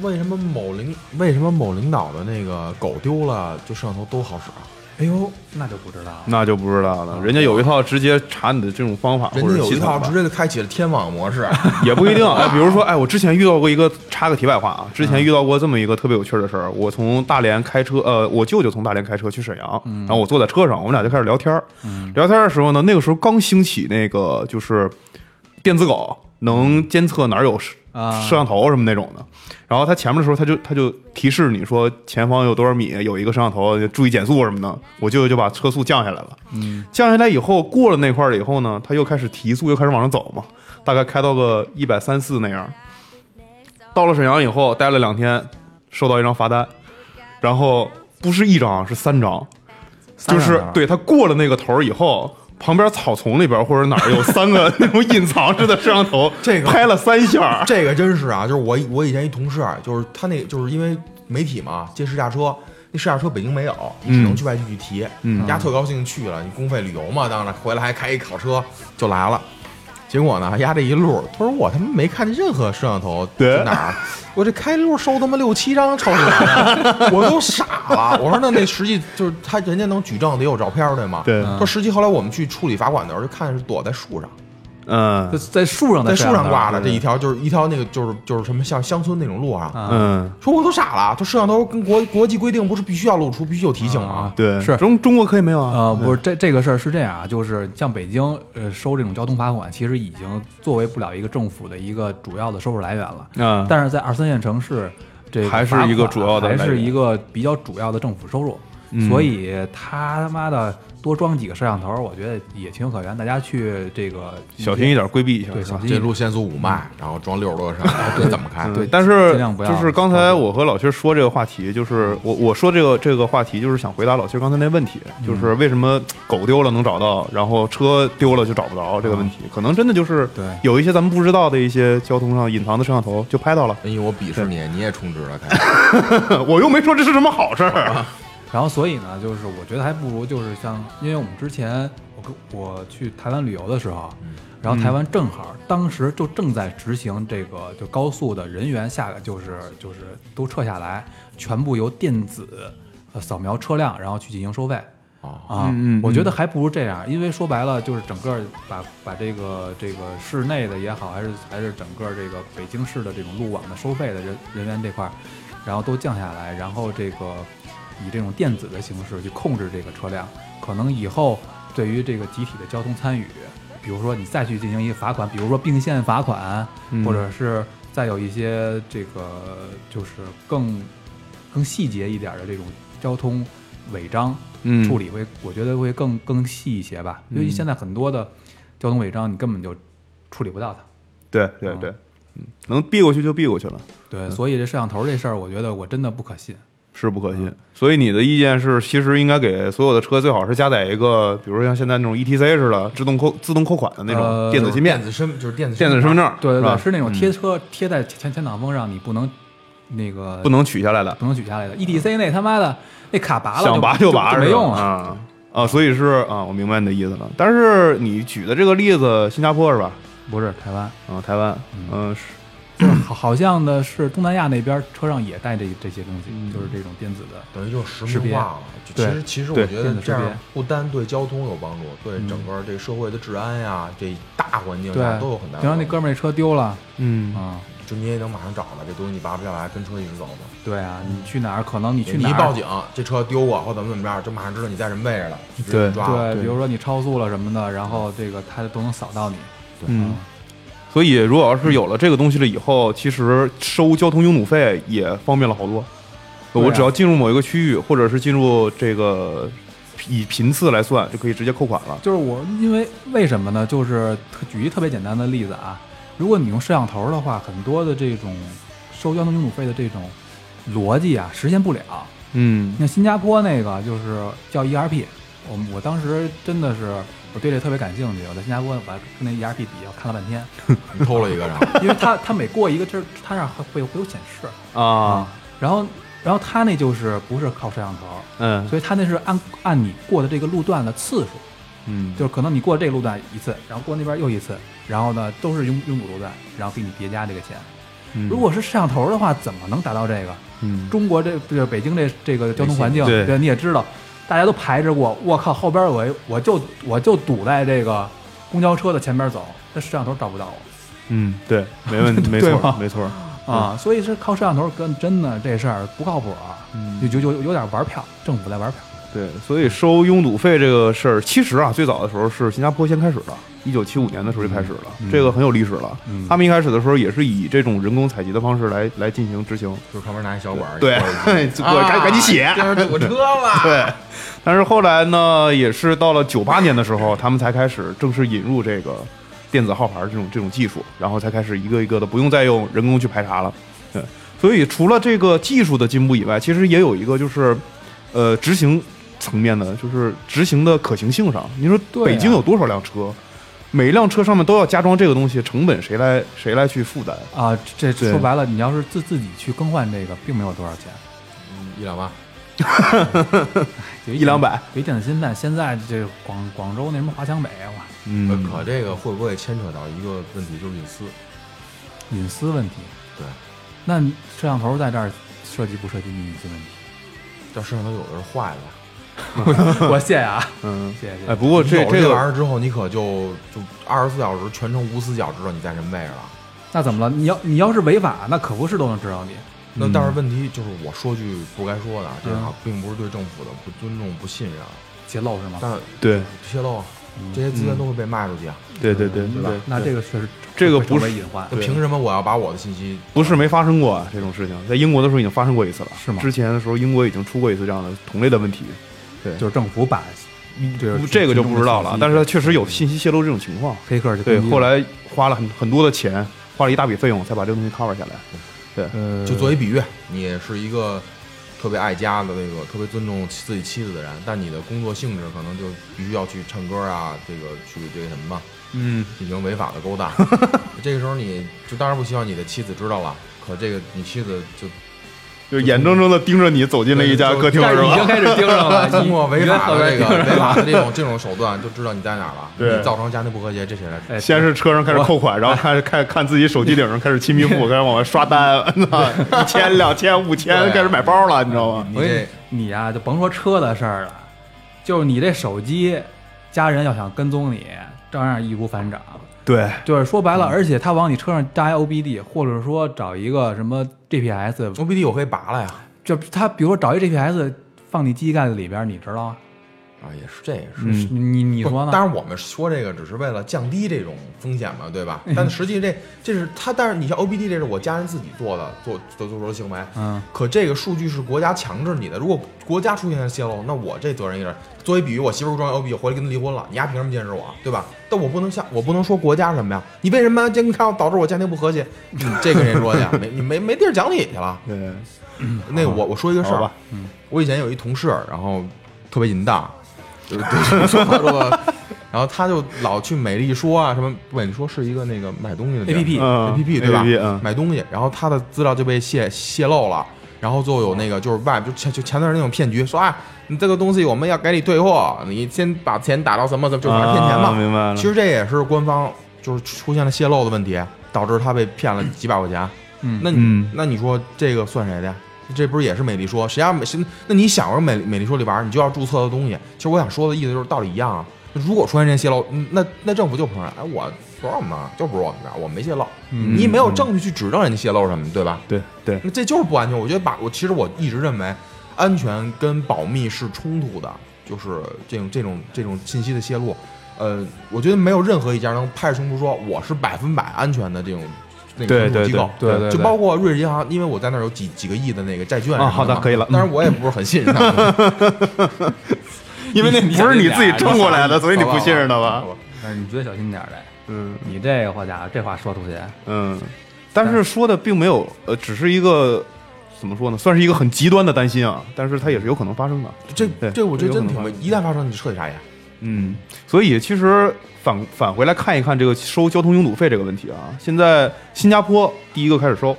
C: 为什么某领为什么某领导的那个狗丢了，就摄像头都好使啊？
B: 哎呦，那就不知道了。
A: 那就不知道了。人家有一套直接查你的这种方法，
C: 人
A: 或
C: 家
A: 者
C: 有
A: 系
C: 一
A: 统
C: 套
A: 吧
C: 直接就开启了天网模式，啊
A: <laughs> 也不一定。哎，比如说，哎，我之前遇到过一个，插个题外话啊，之前遇到过这么一个特别有趣儿的事儿。我从大连开车，呃，我舅舅从大连开车去沈阳，然后我坐在车上，我们俩就开始聊天儿。聊天儿的时候呢，那个时候刚兴起那个就是电子狗能监测哪儿有摄
B: 啊
A: 摄像头什么那种的。然后他前面的时候，他就他就提示你说前方有多少米有一个摄像头，注意减速什么的。我舅舅就把车速降下来了。降下来以后，过了那块儿以后呢，他又开始提速，又开始往上走嘛，大概开到个一百三四那样。到了沈阳以后，待了两天，收到一张罚单，然后不是一张，是三张，就
B: 张
A: 是
B: 啊
A: 对他过了那个头儿以后。旁边草丛里边或者哪儿有三个那种隐藏式的摄像
B: <laughs>
A: 头，
C: 这个
A: 拍了三下儿，
C: 这个真是啊，就是我我以前一同事，就是他那就是因为媒体嘛接试驾车，那试驾车北京没有，你只能去外地去提。嗯，人家特高兴去了，你公费旅游嘛，当然回来还开一烤车就来了。结果呢，压这一路，他说我他妈没看见任何摄像头
A: 对
C: 在哪儿，我这开路收他妈六七张超你妈，我都傻了。我说那那实际就是他人家能举证得有照片儿对吗？
A: 对
C: 他说实际后来我们去处理罚款的时候，就看是躲在树上。
A: 嗯
B: 在在树上的
C: 在
B: 摄
C: 树
B: 像
C: 上
B: 头
C: 挂着这一条，就是一条那个就是就是什么像乡村那种路啊。
B: 啊
A: 嗯，
C: 说我都傻了，这摄像头跟国国际规定不是必须要露出，必须有提醒吗？
A: 啊对，
B: 是
A: 中中国可以没有啊？
B: 呃，不是这这个事儿是这样啊，就是像北京呃收这种交通罚款，其实已经作为不了一个政府的一个主要的收入来源了。
A: 嗯
B: 啊但是在二三线城市，这个
A: 还是
B: 罚款
A: 一个主要的来
B: 还
A: 源嗯
B: 是一个比较主要的政府收入。所以他他妈的多装几个摄像头，我觉得也情有可原。大家去这个
A: 小心一点，规避一下。啊
B: 对，小心一
C: 这
B: 点。
C: 路限速五迈，然后装六十多个摄像头，这怎么开？
A: 对，但是
B: 嗯尽量不要
A: 就是刚才我和老薛说这个话题，就是我我说这个这个话题，就是想回答老薛刚才那问题，就是
B: 嗯
A: 为什么狗丢了能找到，然后车丢了就找不着这个问题，可能真的就是
B: 嗯对
A: 有一些咱们不知道的一些交通上隐藏的摄像头就拍到了， <laughs>
C: 因为哎我鄙视你，你也充值了，开始
A: 我又没说这是什么好事儿，啊
B: 然后所以呢，就是我觉得还不如就是像，因为我们之前我跟我去台湾旅游的时候，然后台湾正好当时就正在执行这个就高速的人员下来就是就是都撤下来，全部由电子呃扫描车辆，然后去进行收费。啊，我觉得还不如这样，因为说白了就是整个把把这个这个市内的也好，还是还是整个这个北京市的这种路网的收费的人人员这块儿，然后都降下来，然后这个以这种电子的形式去控制这个车辆，可能以后对于这个集体的交通参与，比如说你再去进行一个罚款，比如说并线罚款，嗯
A: 嗯
B: 或者是再有一些这个就是更更细节一点的这种交通违章
A: 嗯
B: 处理会，我觉得会更更细一些吧。因为现在很多的交通违章，你根本就处理不到它。
A: 对对对，嗯能避过去就避过去了，
B: 对，所以这摄像头这事儿，我觉得我真的不可信。
A: 是不可
B: 嗯
A: 信。所以你的意见是，其实应该给所有的车最好是加载一个，比如像现在那种 ETC 似的自动扣自动扣款的那种
B: 呃
A: 电子芯片
C: 电、子身就是电子
A: 电子身份证，
B: 对对
A: 是吧
B: 对，是那种贴车贴在前前挡风上，你不能那个
A: 不能取下来的。
B: 不能取下来的。EDC 那他妈的那卡拔了，
A: 想拔
B: 就
A: 拔，
B: 就没
A: 是吧
B: 用了。
A: 啊啊！所以是啊，我明白你的意思了。但是你举的这个例子，新加坡是吧？
B: 不是台湾，
A: 啊，台湾，嗯，是
B: 好好像的是东南亚那边车上也带这这些东西，就是这种电子的。
C: 等于就是实
B: 识
C: 名
B: 别
C: 化了。就其
B: 对
C: 实其实
A: 对
C: 我觉
B: 电
C: 得
B: 子识
C: 这样
B: 别
C: 不单对交通有帮助，对整个这个社会的治安呀，这大环境下
B: 对，
C: 都有很大的帮助。
B: 平常那哥们儿那车丢了，
A: 嗯，
B: 啊，
C: 就你也能马上找到这东西，你拔不下来，跟车一直走嘛。
B: 对啊，你去哪儿可能你去
C: 你
B: 哪
C: 一
B: 儿
C: 报警，这车丢啊，或怎么怎么着，就马上知道你在什么位置了，直接
A: 对
C: 抓了。
B: 对，比如说你超速了什么的，然后这个它都能扫到你。
A: 嗯，所以如果要是有了这个东西了以后，其实收交通拥堵费也方便了好多。
B: 对啊
A: 我只要进入某一个区域，或者是进入这个以频次来算，就可以直接扣款了。
B: 就是我，因为为什么呢？就是特举一特别简单的例子啊，如果你用摄像头的话，很多的这种收交通拥堵费的这种逻辑啊，实现不了。
A: 嗯
B: 你看新加坡那个就是叫 ERP，我我当时真的是我对这特别感兴趣，我在新加坡把跟那 ERP 比较看了半天，
C: 你偷了一个，然后
B: 因为它它每过一个这它上会会有显示
A: 啊，
B: 然后然后它那就是不是靠摄像头，
A: 嗯
B: 所以它那是按按你过的这个路段的次数。
A: 嗯，
B: 就是可能你过这个路段一次，然后过那边又一次，然后呢都是拥拥堵路段，然后给你叠加这个钱。
A: 嗯
B: 如果是摄像头的话，怎么能达到这个？
A: 嗯
B: 中国这这北京这这个交通环境，
A: 对
B: 你也知道，大家都排着过。我靠，后边我我就我就堵在这个公交车的前边走，那摄像头找不到我
A: 嗯，对，没问题，没
B: <laughs> 对
A: 错
B: 吧
A: 没错。
B: 啊。所以是靠摄像头跟真的这事儿不靠谱啊，
A: 嗯
B: 就就就有点玩票，政府在玩票。
A: 对，所以收拥堵费这个事儿，其实啊，最早的时候是新加坡先开始的，一九七五年的时候就开始了，
C: 嗯
A: 这个很有历史了。他们一开始的时候也是以这种人工采集的方式来来进行执行。
C: 就是旁边拿一小管儿，
A: 对
C: 一
A: <laughs>
C: 块儿一
A: 赶赶赶紧写
C: 啊这是堵车了。
A: <laughs> 对，但是后来呢，也是到了九八年的时候，他们才开始正式引入这个电子号牌这种这种技术，然后才开始一个一个的不用再用人工去排查了。对，所以除了这个技术的进步以外，其实也有一个就是，呃，执行层面的，就是执行的可行性上。你
B: 对啊
A: 说北京有多少辆车？每一辆车上面都要加装这个东西，成本谁来谁来去负担？
B: 啊，这
A: 对
B: 说白了，你要是自自己去更换这个，并没有多少钱，
C: 嗯一两万，
B: 就
A: 一两百，
B: 有一点的心态。现在这广广州那什么华强北，啊哇，
A: 嗯
C: 呃可这个会不会牵扯到一个问题，就是隐私？
B: 隐私问题。
C: 对，
B: 那摄像头在这儿涉及不涉及你隐私问
A: <laughs>
B: 题？
C: 但摄像头有的是坏的，
B: 我谢谢啊，
A: 嗯，
B: 谢谢谢
A: 哎，
B: 谢。
A: 不过这
C: 你有
A: 这
C: 这
A: 个
C: 玩意儿之后，你可就就二十四小时全程无死角知道你在什么位置了。
B: 那怎么了？你要你要是违法，那可不是都能知道你。
C: 那
A: 嗯
C: 但是问题就是，我说句不该说的啊，这啊并不是对政府的不尊重、不信任啊，
B: 泄露是吗？
C: 但
A: 对
C: 泄露啊，
A: 嗯
C: 这些资源都会被卖出去啊。
A: 对对对
B: 对
A: 对
B: 吧，？那这个确实
A: 这个
B: 会成
A: 不
B: 为
A: 是
B: 隐患
C: 那。凭什么我要把我的信息？
A: 不是没发生过啊，这种事情，在英国的时候已经发生过一次了，
B: 是吗
A: 之前的时候，英国已经出过一次这样的同类的问题，
B: 就是政府把这
A: 不嗯这个就不知道了。但是它确实有信息泄露这种情况，
B: 黑客就
A: 对，
B: 攻击
A: 后
B: 了
A: 来花了很很多的钱，花了一大笔费用才把这个东西 cover 下来。
B: 呃
C: 就作为比喻，嗯你是一个特别爱家的那个特别尊重自己妻子的人，但你的工作性质可能就必须要去唱歌啊，这个去这个什么嘛，
A: 嗯，
C: 进行违法的勾 <laughs> 当。这个时候你就当然不希望你的妻子知道了，可这个你妻子 <laughs> 就
A: 就眼睁睁的盯着你走进了一家歌厅，
B: 但
A: 是
B: 是已
A: 吧？
B: 经开始盯上了，
C: <laughs> 通过违法的这
B: 已经后边
C: 个
B: 盯上了
C: 违法的这种这种手段，就知道你在哪儿了。
A: 对
C: 你造成家庭不和谐，这谁来说？
A: <laughs>
B: 哎
A: 先是车上开始扣款，然后开始看看自己手机顶上开始亲密付，开始往外刷单，啊一千、两千、五千，
C: 对
A: 开始买包了，你知道吗？
C: 你
B: 我跟
C: 这
B: 你你呀、就甭说车的事儿了，就是你这手机，家人要想跟踪你，照样易如反掌。
A: 对，
B: 就是说白了，
A: 嗯
B: 而且他往你车上加一 OBD，或者说找一个什么 GPS，
C: 牛逼地我可以拔了呀！
B: 就他比如说找一 GPS 放你机盖子里边儿，你知道吗？
C: 啊，也是，这也是。
A: 嗯
B: 你你
C: 不
B: 说呢？
C: 当然，我们说这个只是为了降低这种风险嘛，对吧？但实际这这是他，但是你像 OBD 这是我家人自己做的，做做做出的行为。
B: 嗯，
C: 可这个数据是国家强制你的，如果国家出现泄露，那我这责任有点。作为比喻，我媳妇儿装 OBD，我回来跟她离婚了，你丫凭什么监视我，啊对吧？但我不能像我不能说国家什么呀？你为什么监看导致我家庭不和谐？你这跟谁说去啊？没你没没地儿讲理去了。
A: 对，
C: 那个我我说一个事
A: 好
C: 儿
A: 吧，
C: 我以前有一同事，然后特别淫荡，就是就是 <laughs> 说话说话，然后他就老去美丽说啊什么，美丽说是一个那个买东西的地儿
B: APP
A: 嗯
C: APP 对吧
A: APP 嗯
C: 买东西，然后他的资料就被泄泄露了。然后最后有那个就是外就前就前段那种骗局，说啊，你这个东西我们要给你退货，你先把钱打到什么什么，就反正骗钱嘛。
A: 啊明白了
C: 其实这也是官方就是出现了泄露的问题，导致他被骗了几百块钱。
B: 嗯
C: 那你、
A: 嗯
C: 那你说这个算谁的呀？这不是也是美丽说？谁让美谁？那你想着美美丽说里玩儿，你就要注册的东西。其实我想说的意思就是道理一样啊。如果出现这些泄露，嗯那那政府就承认，哎，我不是我们那儿，就不是我们那儿，我们没泄露，你没有证据去指证人家泄露什么，对吧？
A: 对对，
C: 那这就是不安全。我觉得把我其实我一直认为，安全跟保密是冲突的，就是这种这种这种信息的泄露，呃，我觉得没有任何一家能派胸脯说我是百分百安全的这种。那
A: 对
C: 个
A: 对
C: 金融机构，
B: 对对对
C: 就
B: 对
C: 包括瑞士银行，因为我在那儿有几几个亿的那个债券
A: 啊
C: 什么
A: 好的
C: 嘛
A: 可以了嗯
C: 当然我也不是很信任他们，
A: <laughs> 因为那
B: 你
A: 不是你自己
B: 你
A: 挣 <laughs> 过来的，所以你
C: 好吧
A: 不信任他吧
C: 好？吧
B: 哎
D: 但是你绝对小心点儿嘞。
A: <laughs> 嗯
D: 你这个好家伙，这话说出去，
A: 嗯，但是说的并没有，呃，只是一个怎么说呢，算是一个很极端的担心啊，但是它也是有可能发生的。
C: 这
A: 对
C: 这我觉得真
A: 有可能
C: 挺
A: 发
C: 没，
A: 生
C: 一旦发生你彻底傻眼。
A: 嗯，所以其实返返回来看一看这个收交通拥堵费这个问题啊，现在新加坡第一个开始收，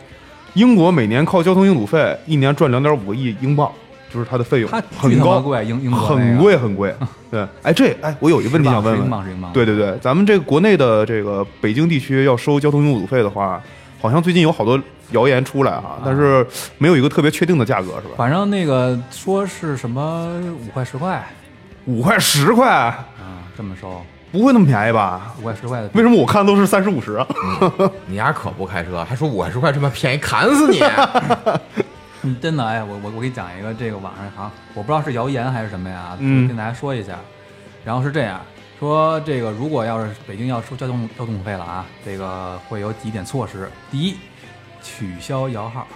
A: 英国每年靠交通拥堵费一年赚两点五个亿英镑，就是它的费用
D: 它
A: 很
D: 巨他妈
A: 高，
D: 贵，英英国那
A: 很
D: 个
A: 贵很
D: <laughs>
A: 贵。对，哎，这哎，我有一个问题想问
D: 是英
A: 问，
D: 镑是英镑，
A: 对对对，咱们这个国内的这个北京地区要收交通拥堵费的话，好像最近有好多谣言出来啊，但是没有一个特别确定的价格，是
D: 啊
A: 吧？
B: 反正那个说是什么五块十块
A: 五块十块，
B: 啊，这么收
A: 不会那么便宜吧？
B: 五块十块的
A: 为什么我看都是三十五十啊？
C: 你丫可不开车，还说我是块这么便宜，砍死
A: <laughs>
C: 你！哦
B: 嗯，真的哎，我我我给你讲一个，这个网上好像我不知道是谣言还是什么呀，
A: 嗯
B: 跟大家说一下。然后是这样说，这个如果要是北京要收交通交通费了啊，这个会有几点措施：第一，取消摇号；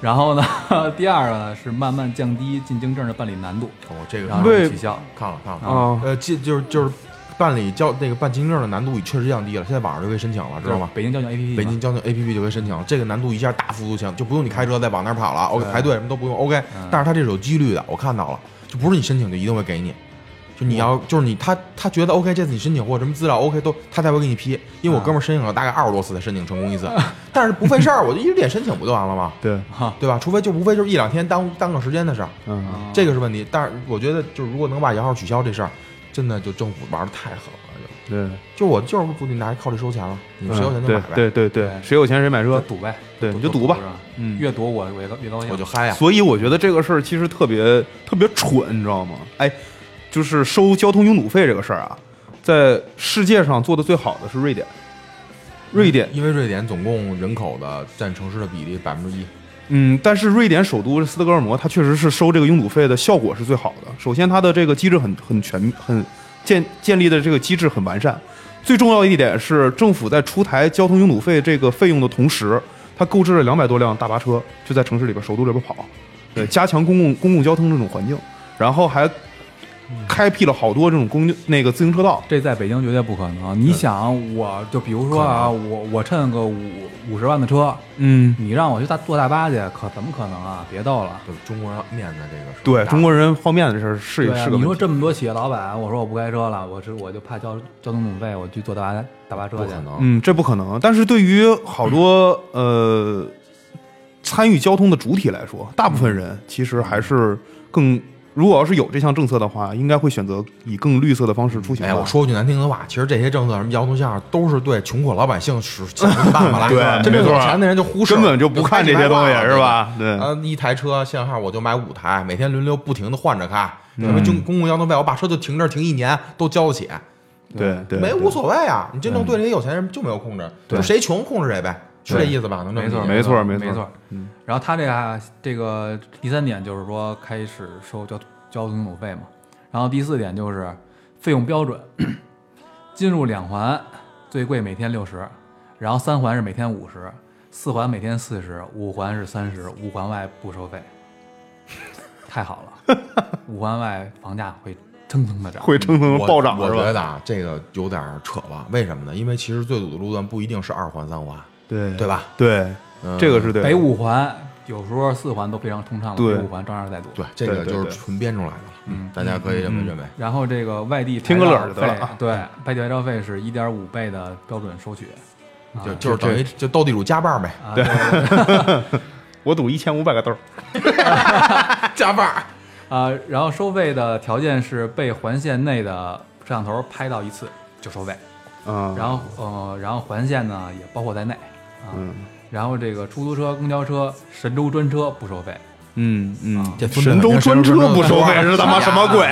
B: 然后呢， <laughs> 第二呢是慢慢降低进京证的办理难度，
C: 我、这个
B: 然后
A: 为
B: 让取消。
C: 看了看了，
A: 啊
C: 呃，这就是就是办理交那个办金证的难度确实降低了，现在网上就可以申请了，知道吗？
B: 北京交警 APP 嘛
C: 北京交警 APP 就可以申请，这个难度一下大幅度降，就不用你开车再往那儿跑了，OK 排队什么都不用，OK。但是它这是有几率的，我看到了，就不是你申请就一定会给你，就你要就是你他他觉得 OK，这次你申请或者什么资料 OK 都他才会给你批，因为我哥们儿申请了大概二十多次才申请成功一次，但是不费事儿，我就一直点申请不就完了吗？
A: 对，
C: 对吧？除非就无非就是一两天耽误耽搁时间的事儿，
A: 嗯，
C: 这个是问题。但是我觉得，就是如果能把摇号取消这事儿，真的就政府玩的太狠了。就
A: 对，
C: 就我就是不拿靠这收钱了，你们谁有钱就
A: 对
C: 买呗，
A: 嗯对对对，谁有钱谁买
B: 就
A: 车，
B: 赌呗，
A: 对，你就
B: 赌
A: 赌吧
B: 是。吧
A: 嗯
B: 越赌我我越高越高兴。
C: 我就嗨呀。
A: 所以我觉得这个事儿其实特别特别蠢，你知道吗？哎，就是收交通拥堵费这个事儿啊，在世界上做的最好的是瑞典，瑞典
C: 因为瑞典总共人口的占城市的比例百分之一，
A: 嗯，但是瑞典首都斯德哥尔摩，它确实是收这个拥堵费的效果是最好的。首先，它的这个机制很很全，很建建立的这个机制很完善。最重要一点是，政府在出台交通拥堵费这个费用的同时，它购置了两百多辆大巴车，就在城市里边、首都里边跑，对，加强公共公共交通这种环境，然后还开辟了好多这种公那个自行车道。
B: 这在北京绝对不可能。你想，我就比如说啊，我我趁个五五十万的车，
A: 嗯，
B: 你让我去大坐大巴去，可怎么可能啊？别逗了。
C: 就是中国人面子这个是
A: 对
C: 大
A: 中国人方面的事儿是
B: 对啊
A: 是个
B: 你
A: 问
B: 说
A: 题。
B: 这么多企业老板，我说我不开车了，我是我就怕交交通总费，我去坐大巴大巴车
C: 不
B: 去
C: 可。能，
A: 嗯，这不可能。但是对于好多呃参与交通的主体来说，大部分人其实还是更，如果要是有这项政策的话，应该会选择以更绿色的方式出行吧。
C: 哎，我说句难听的话，其实这些政策什么摇头巷都是对穷苦老百姓使钱的办法来
A: 对
C: 真正
A: 没
C: 有
A: 错
C: 钱的人就忽视了，
A: 根本就不看这些东西
C: 就开始
A: 是
C: 卖挂
A: 吧
C: 了？
A: 对
C: 啊，一台车限号我就买五台，每天轮流不停的换着开。
A: 嗯
C: 什么公公共交通费，我把车就停这儿停一年都交得起，
A: 对对，
C: 没
A: 对
C: 无所谓啊。你真正对那些有钱人就没有控制，就谁穷控制谁呗，是这意思吧？能这么
B: 没
C: 理解
B: 错，
C: 吗
A: 没错
B: 没
A: 没错嗯
B: 错。然后他这个还这个第三点就是说开始收交交通总费嘛，然后第四点就是费用标准， <coughs> 进入两环最贵每天六十，然后三环是每天五十，四环每天四十，五环是三十，五环外不收费， <laughs> 太好了，五环外房价会蹭蹭的涨，
A: 会蹭蹭
C: 我
A: 暴涨
C: 我
A: 是
C: 觉
A: 吧？
C: 得啊，这个有点儿扯了。为什么呢？因为其实最堵的路段不一定是二环、三环，
A: 对
C: 对吧？
A: 对，
C: 嗯
A: 这个 <laughs> 是对的
B: 北五环有时候四环都非常通畅了，
A: 对
B: 北五环照样在堵。
C: 嗯对，这个
A: 对对
C: 就是
A: 对
C: 纯编出来的了。嗯，大家可以这么认为。
B: 然后这个外地
A: 听
B: 牌
A: 个乐
B: 照
A: 儿就得
B: 费
A: 了啊
B: 对，外地牌照费是一点五倍的标准收取，
A: 嗯
B: 啊
C: 就就是等于就斗地主加半
A: <laughs>
C: 儿呗，
B: 啊对啊、
A: 我赌一千五百个豆儿。
C: 加半儿。
B: 啊然后收费的条件是被环线内的摄像头拍到一次就收费，
A: 嗯，
B: 然后呃，然后环线呢也包括在内啊，
A: 嗯
B: 然后这个出租车、公交车、神州专车不收费，
A: 嗯嗯，
C: 这分哎 <laughs>
A: 神州专车不收费是他妈什么鬼？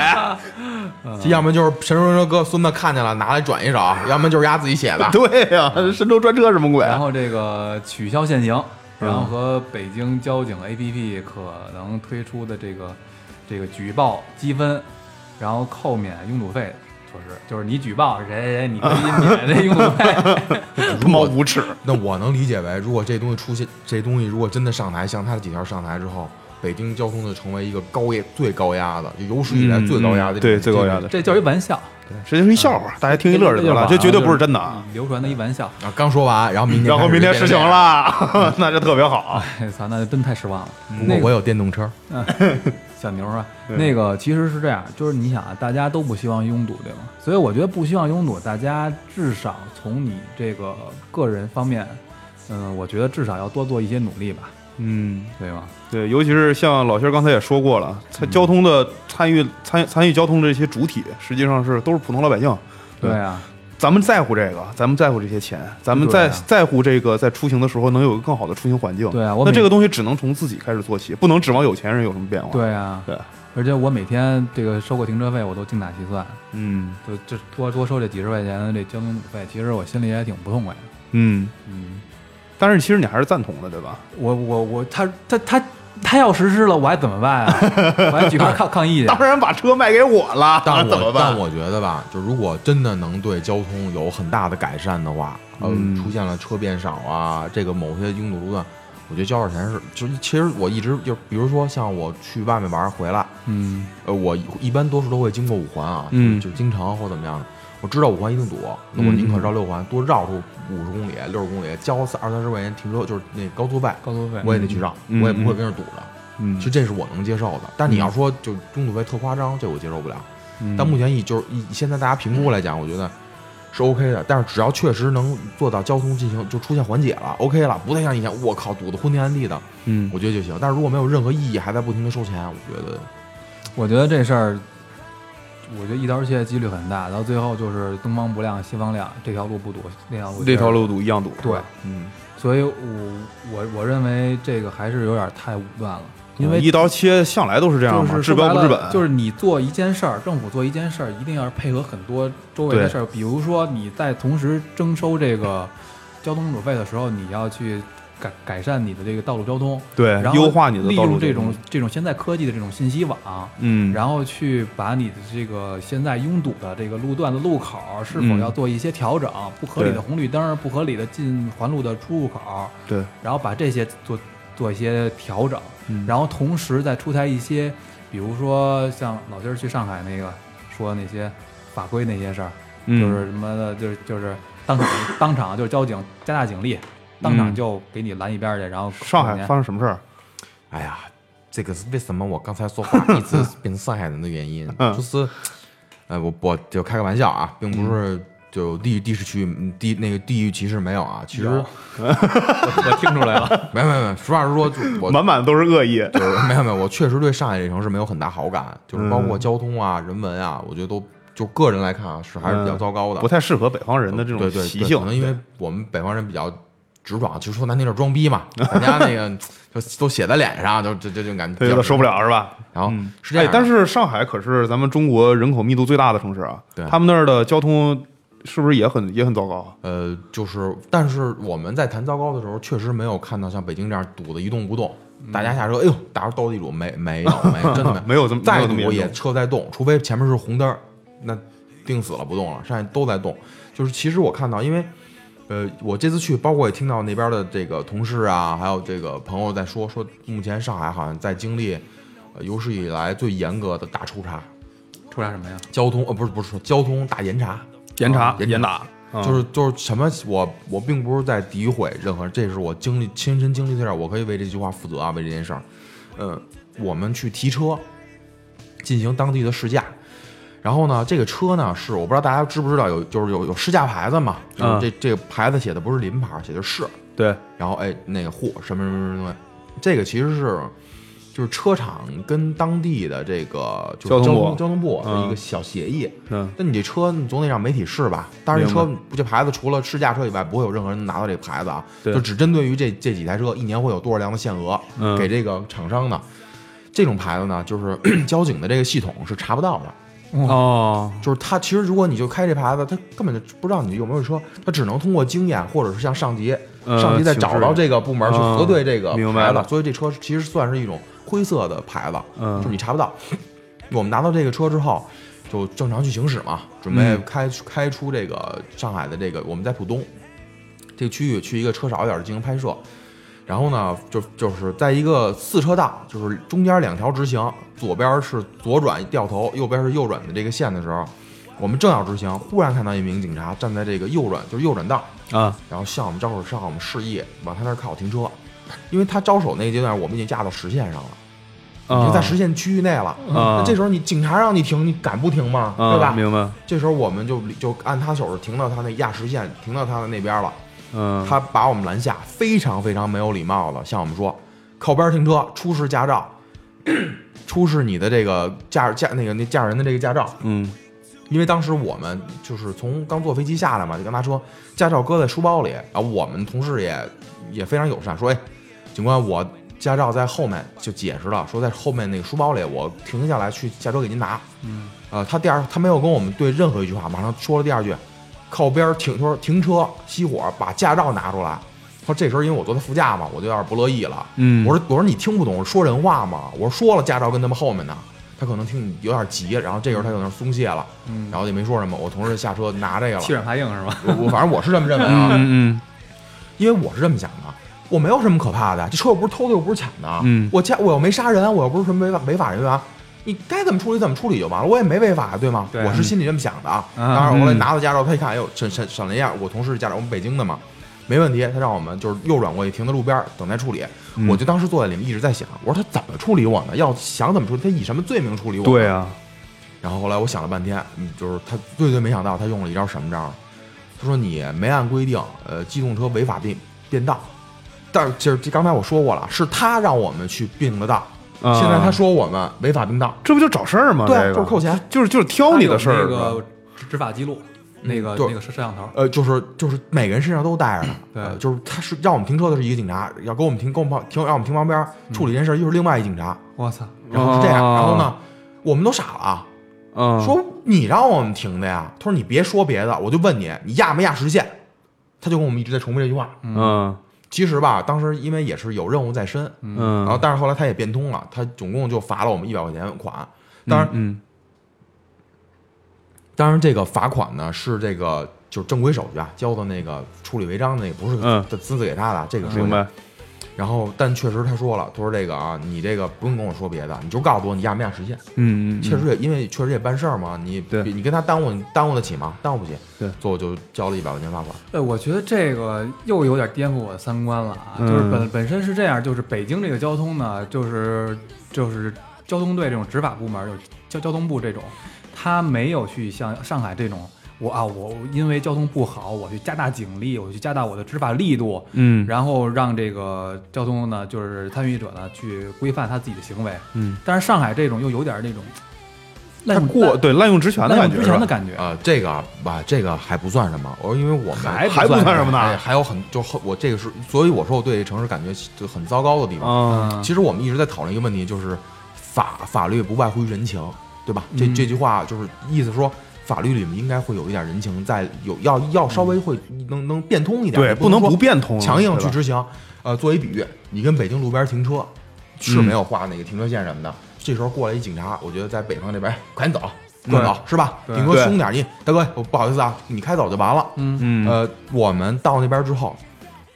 C: 就要么就是神州车哥孙子看见了拿来转
A: <laughs>
C: 一手，要么就是丫自己写的。
A: 对呀、神州专车什么鬼？
B: 然后这个取消限行，
A: 嗯
B: 然后和北京交警 APP 可能推出的这个这个举报积分，然后扣免拥堵费措施，就是你举报谁谁谁，你可以免这拥堵
A: <laughs>
B: 费。
A: 他妈无耻！
C: 那我能理解为，如果这东西出现，这东西如果真的上台，像他的几条上台之后，北京交通就成为一个高压、最高压的，就有史以来最高压的、
A: 嗯对最高压的
B: 这叫一玩笑，
A: 这就是一笑话，大家啊听一乐就得了，这绝对不是真的啊！
B: 流传的一玩笑。
C: 啊！刚说完，然后明天
A: 嗯然后明天
C: 开
A: 实
C: 始
A: 行
C: 变成
A: 了， <laughs> 那就特别好。
B: 哎操，那就真太失望了。
C: 这样。不过我有电动车，
B: 小牛啊，那个其实是这样，就是你想啊，大家都不希望拥堵，对吗？所以我觉得不希望拥堵，大家至少从你这个个人方面，嗯，我觉得至少要多做一些努力吧，
A: 嗯，
B: 对吗？
A: 对，尤其是像老薛刚才也说过了，他交通的参与参参与交通的这些主体，实际上是都是普通老百姓。
B: 对啊，
A: 咱们在乎这个，咱们在乎这些钱，咱们
B: 对
A: 在、
B: 啊
A: 在乎这个在出行的时候能有一个更好的出行环境。
B: 对啊我
A: 那
B: 每
A: 这个东西只能从自己开始做起，不能指望有钱人有什么变化。
B: 对啊，
A: 对，
B: 而且我每天这个收个停车费，我都精打细算，
A: 嗯
B: 就就多多收这几十块钱的这交通堵费，其实我心里也挺不痛快的。
A: 嗯，
B: 嗯，
A: 但是其实你还是赞同的，对吧？
B: 我我我，他他他他要实施了，我还怎么办啊？我还举报抗
A: <laughs>
B: 抗议去
A: 当。然把车卖给啊我了， <laughs>
C: 但
A: 那怎
C: 我
A: 么办
C: 但？我觉得吧，就如果真的能对交通有很大的改善的话，呃，
A: 嗯
C: 出现了车变少啊，这个某些拥堵路段，我觉得交点钱是，就其实我一直就比如说像我去外面玩儿回来，
B: 嗯
C: 呃，我一般多数都会经过五环啊，
A: 嗯
C: 就经常或怎么样的。我知道五环一定堵，那我宁可绕六环，多绕出五十公里、六十公里，交三二三十块钱停车，就是那高速费，
B: 高速费
C: 我也得去绕，
A: 嗯
C: 我也不会跟着堵着。
A: 嗯
C: 其实这是我能接受的，但你要说就拥堵费特夸张，这我接受不了。
A: 嗯
C: 但目前以就是以现在大家评估来讲，我觉得是 OK 的。但是只要确实能做到交通进行就出现缓解了，OK 了，不再像以前我靠堵得昏天暗地的，
A: 嗯
C: 我觉得就行。但是如果没有任何意义，还在不停的收钱，我觉得
B: 我觉得这事儿，我觉得一刀切的几率很大，到最后就是东方不亮西方亮，这条路不堵，那条路
A: 这条路堵一样堵。
B: 对，
A: 嗯，
B: 所以我我我认为这个还是有点太武断了，因为
A: 一刀切向来都是这样
B: 嗯就
A: 嘛，
B: 是
A: 治
B: 说白
A: 标不
B: 了
A: 治本。
B: 就是你做一件事儿，政府做一件事儿，一定要配合很多周围的
A: 对
B: 事儿，比如说你在同时征收这个交通堵费的时候，你要去改改善你的这个道路交通，
A: 对
B: 然后
A: 哎优化你的
B: 利
A: 道路
B: 用这
A: 交通
B: 种这种现在科技的这种信息网，
A: 嗯，
B: 然后去把你的这个现在拥堵的这个路段的路口是否
A: 嗯
B: 要做一些调整，不合理的
A: 对
B: 红绿灯、不合理的进环路的出入口，
A: 对，
B: 然后把这些做做一些调整，
A: 嗯
B: 然后同时再出台一些，比如说像老弟儿去上海那个说那些法规那些事儿，
A: 嗯
B: 就是什么的，就是就是当场当场就是交警加大警力，当场
A: 嗯
B: 就给你拦一边儿去，然后
A: 上海
B: 扣钱
A: 发生什么事儿？
C: 哎呀，这个是为什么我刚才说话一
A: <laughs>
C: 直变成上海人的原因，
A: 嗯
C: <laughs> 就是，呃，我我就开个玩笑啊，并不是就地域地市区嗯地那个地域歧视没有啊，其实
B: 有我听出来
A: <laughs>
B: 了，
C: 没有没有没有，实话实说，就我
A: 满满都是恶意。
C: 就是没有没有，我确实对上海这城市没有很大好感，
A: 嗯
C: 就是包括交通啊、人文啊，我觉得都就个人来看啊是还是比较糟糕的，
A: 嗯不太适合北方人的这种
C: 对对对
A: 习性
C: 可能因为我们北方人比较直爽，就说难听点装逼
A: <laughs>
C: 嘛，大家那个就都写在脸上，就就就就感觉
A: 对对，受不。了是吧？
C: 然后
A: 嗯，
C: 是这样
A: 哎
C: 的，
A: 但是上海可是咱们中国人口密度最大的城市啊，
C: 对
A: 他们那儿的交通是不是也很也很糟糕啊？
C: 呃，就是，但是我们在谈糟糕的时候，确实没有看到像北京这样堵得一动不动，
A: 嗯
C: 大家下车，哎呦，打着斗地主，没没有没有，真的
A: 没有这么没
C: 再
A: 有这
C: 堵
A: 么严
C: 也
A: 重
C: 车在动，除非前面是红灯儿，那定死了不动了，剩下都在动。就是其实我看到，因为呃，我这次去，包括也听到那边的这个同事啊，还有这个朋友在说，说目前上海好像在经历、呃、有史以来最严格的大抽查，
B: 出来什么呀？
C: 交通呃不是不是说交通大严查，
A: 严查
C: 啊严
A: 打，
C: 就是就是什么，我我并不是在诋毁任何，这是我经历亲身经历的事儿，我可以为这句话负责啊，为这件事儿。呃，我们去提车，进行当地的试驾，然后呢，这个车呢是我不知道大家知不知道有就是有有试驾牌子嘛，就是
A: 嗯
C: 这、这个牌子写的不是临牌，写的是，
A: 对，
C: 然后哎那个货什么什么什么东西，这个其实是。就是车厂跟当地的这个就是
A: 交通
C: 交
A: 部
C: 通交通部的一个
A: 嗯
C: 小协议，
A: 嗯
C: 那你这车你总得让媒体试吧？当然，这车
A: 明
C: 这牌子除了试驾车以外，不会有任何人拿到这牌子啊。
A: 对
C: 就只针对于这这几台车，一年会有多少辆的限额、
A: 嗯
C: <clears throat> 给这个厂商的。这种牌子呢，就是交警的这个系统是查不到的。
A: 哦，
C: 就是他其实如果你就开这牌子，他根本就不知道你有没有车，他只能通过经验或者是向上级，
A: 呃
C: 上级再找到这个部门去
A: 嗯
C: 核对这个牌子，
A: 明白了
C: 所以这车其实算是一种灰色的牌子，
A: 嗯
C: 就是你查不到。 <coughs> 我们拿到这个车之后，就正常去行驶嘛，准备开、开出这个上海的这个我们在浦东这个区域去一个车少一点儿进行拍摄。然后呢，就就是在一个四车道，就是中间两条直行，左边是左转掉头，右边是右转的这个线的时候，我们正要直行，忽然看到一名警察站在这个右转，就是右转道，
A: 啊，
C: 然后向我们招手，向我们示意往他那儿靠停车，因为他招手那个阶段，我们已经压到实线上了。已经在实线区域内了，
A: 啊
C: 那这时候你警察让你停，你敢不停吗？
B: 哦
A: 啊
C: 对吧？
A: 明白，
C: 这时候我们就就按他手势停到他那压实线，停到他的那边了。
A: 嗯，
C: 他把我们拦下，非常非常没有礼貌的向我们说：“靠边停车，出示驾照， <clears throat> 出示你的这个驾驾那个那驾人的这个驾照。”
A: 嗯，
C: 因为当时我们就是从刚坐飞机下来嘛，就跟他说驾照搁在书包里啊。我们同事也也非常友善，说：“哎，警官，我驾照在后面，就解释了，说在后面那个书包里，我停下来去下车给您拿。”嗯，啊，他第二他没有跟我们对任何一句话，马上说了第二句，靠边儿停，说停车熄火，把驾照拿出来。他说这时候因为我坐他副驾嘛，我就有点不乐意了。
A: 嗯
C: 我说我说你听不懂我说人话吗？我说说了驾照跟他们后面呢。他可能听你有点急，然后这时候他可能松懈了，
A: 嗯
C: 然后也没说什么。我同事下车拿这个了
D: 欺，软怕硬是吧？
C: 我我反正我是这么认为啊，
A: 嗯
C: 因为我是这么想的，我没有什么可怕的，这车又不是偷的，又不是抢的，
A: 嗯
C: 我家我又没杀人，我又不是什么违法违法人员，你该怎么处理怎么处理就完了，我也没违法，对吗？
D: 对
C: 我是心里这么想的啊。
D: 嗯
C: 当然，我来
A: 嗯
C: 拿到驾照，他一看，哎呦，闪闪闪了一下，我同事驾照，我们北京的嘛，没问题。他让我们就是右转过去，停在路边儿等待处理。我就当时坐在里面一直在想，我说他怎么处理我呢？要想怎么处理，他以什么罪名处理我？
A: 嗯，对。啊，
C: 然后后来我想了半天，嗯，就是他最最没想到，他用了一招什么招儿？他说你没按规定，呃，机动车违法变变道。但是就是这刚才我说过了，是他让我们去并的道，
A: 啊
C: 现在他说我们违法并道，
A: 这不就找事儿吗？
C: 对啊
A: 这个
C: 就是扣钱，
A: 就是就是挑你的事
B: 那
A: 儿吧，嗯
B: 个执执法记录，那个
C: 对
B: 那个摄摄像头，
C: 呃，就是就是每个人身上都带着呢，
B: 对
C: 呃就是他是让我们停车的是一个警察，要给我们停，给我们旁停，让我们停旁边儿
A: 嗯
C: 处理这件事儿又是另外一警察，
B: 我操，
C: 然后是这样，
A: 哦
C: 然后呢，我们都傻了啊，
A: 嗯，
C: 说你让我们停的呀，他说你别说别的，我就问你，你压没压实线？他就跟我们一直在重复这句话。
A: 嗯
C: 其实吧，当时因为也是有任务在身，然后
A: 嗯，
C: 但是后来他也变通了，他总共就罚了我们一百块钱款。当然，
A: 嗯
C: 当然这个罚款呢是这个就是正规手续啊，交的那个处理违章的那个不是
A: 嗯
C: 他私自给他的，这个是
A: 明白，
C: 然后但确实他说了，他说这个啊，你这个不用跟我说别的，你就告诉我你压没压实线。
A: 嗯嗯，
C: 确实也因为确实也办事儿嘛，你
A: 对
C: 你跟他耽误你耽误得起吗？耽误不起。
A: 对
C: 所以我就交了一百块钱罚款。
B: 哎，我觉得这个又有点颠覆我的三观了啊！
A: 嗯
B: 就是本本身是这样，就是北京这个交通呢，就是就是交通队这种执法部门，就是交交通部这种，他没有去像上海这种，我啊我因为交通不好，我去加大警力，我去加大我的执法力度，
A: 嗯
B: 然后让这个交通呢，就是参与者呢去规范他自己的行为。
A: 嗯，
B: 但是上海这种又有点那种
A: 太
B: 滥
A: 过对滥用职权的
B: 滥用
A: 感觉
B: 职
A: 是
B: 权
A: 吧？
B: 的感觉。
C: 啊、这个啊吧，这个还不算什么。我因为我们
B: 还
A: 还不算什么
C: 哎
A: 呢？
C: 还有很就后我这个是，所以我说我对这城市感觉就很糟糕的地方。
A: 啊，
C: 其实我们一直在讨论一个问题，就是法法律不外乎于人情，对吧？这
A: 嗯
C: 这句话就是意思说。法律里面应该会有一点人情在，有要要稍微会能能变通一点，
A: 嗯对，
C: 不
A: 能
C: 说
A: 不变通了，
C: 强硬
A: 对
C: 去
A: 吧
C: 执行。呃，作为比喻，你跟北京路边停车是
A: 嗯
C: 没有画那个停车线什么的，这时候过来一警察，我觉得在北方这边，哎快点走，快点走，是吧？
B: 对
C: 顶多
A: 对
C: 凶点儿，你大哥，我不好意思啊，你开走就完了。
A: 嗯
C: 呃，我们到那边之后，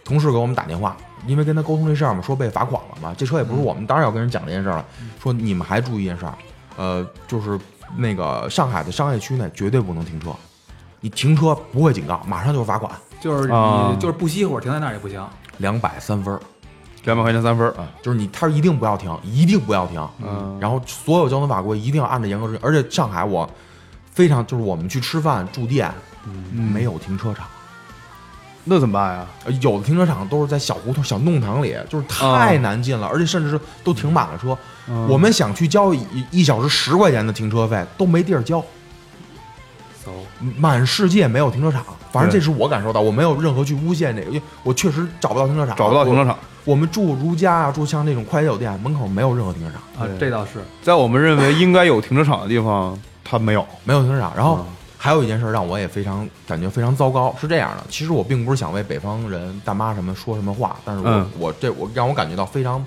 C: 同事给我们打电话，因为跟他沟通这事儿嘛，说被罚款了嘛，这车也不是我们，当然要跟人讲这件事儿了，说你们还注意一件事儿，呃，就是那个上海的商业区内绝对不能停车。你停车不会警告，马上就是罚款，
B: 就是你、
A: 啊
B: 就是不熄火停在那儿也不行。
C: 两百三分儿。
A: 两百块钱三分儿，
C: 啊，就是你，他一定不要停，一定不要停。
A: 嗯
C: 然后所有交通法规一定要按照严格执行。而且上海我非常就是我们去吃饭住店，
A: 嗯
C: 没有停车场，
A: 那怎么办呀？
C: 呃有的停车场都是在小胡同、小弄堂里，就是太
A: 啊
C: 难进了，而且甚至是都停满了车。
A: 嗯
C: 我们想去交一一小时十块钱的停车费都没地儿交，
B: So
C: 满世界没有停车场。反正
A: 对
C: 这是我感受到，我没有任何去诬陷这个，因为我确实找不到停车场，
A: 找不到停车
C: 场。
A: 场，
C: 我们住如家啊，住像那种快捷酒店，门口没有任何停车场。
B: 啊，这倒是
A: 在我们认为应该有停车场的地方，他没有，
C: 没有停车场。
A: 嗯
C: 然后还有一件事让我也非常感觉非常糟糕，是这样的，其实我并不是想为北方人大妈什么说什么话，但是我、
A: 嗯
C: 我这我让我感觉到非常，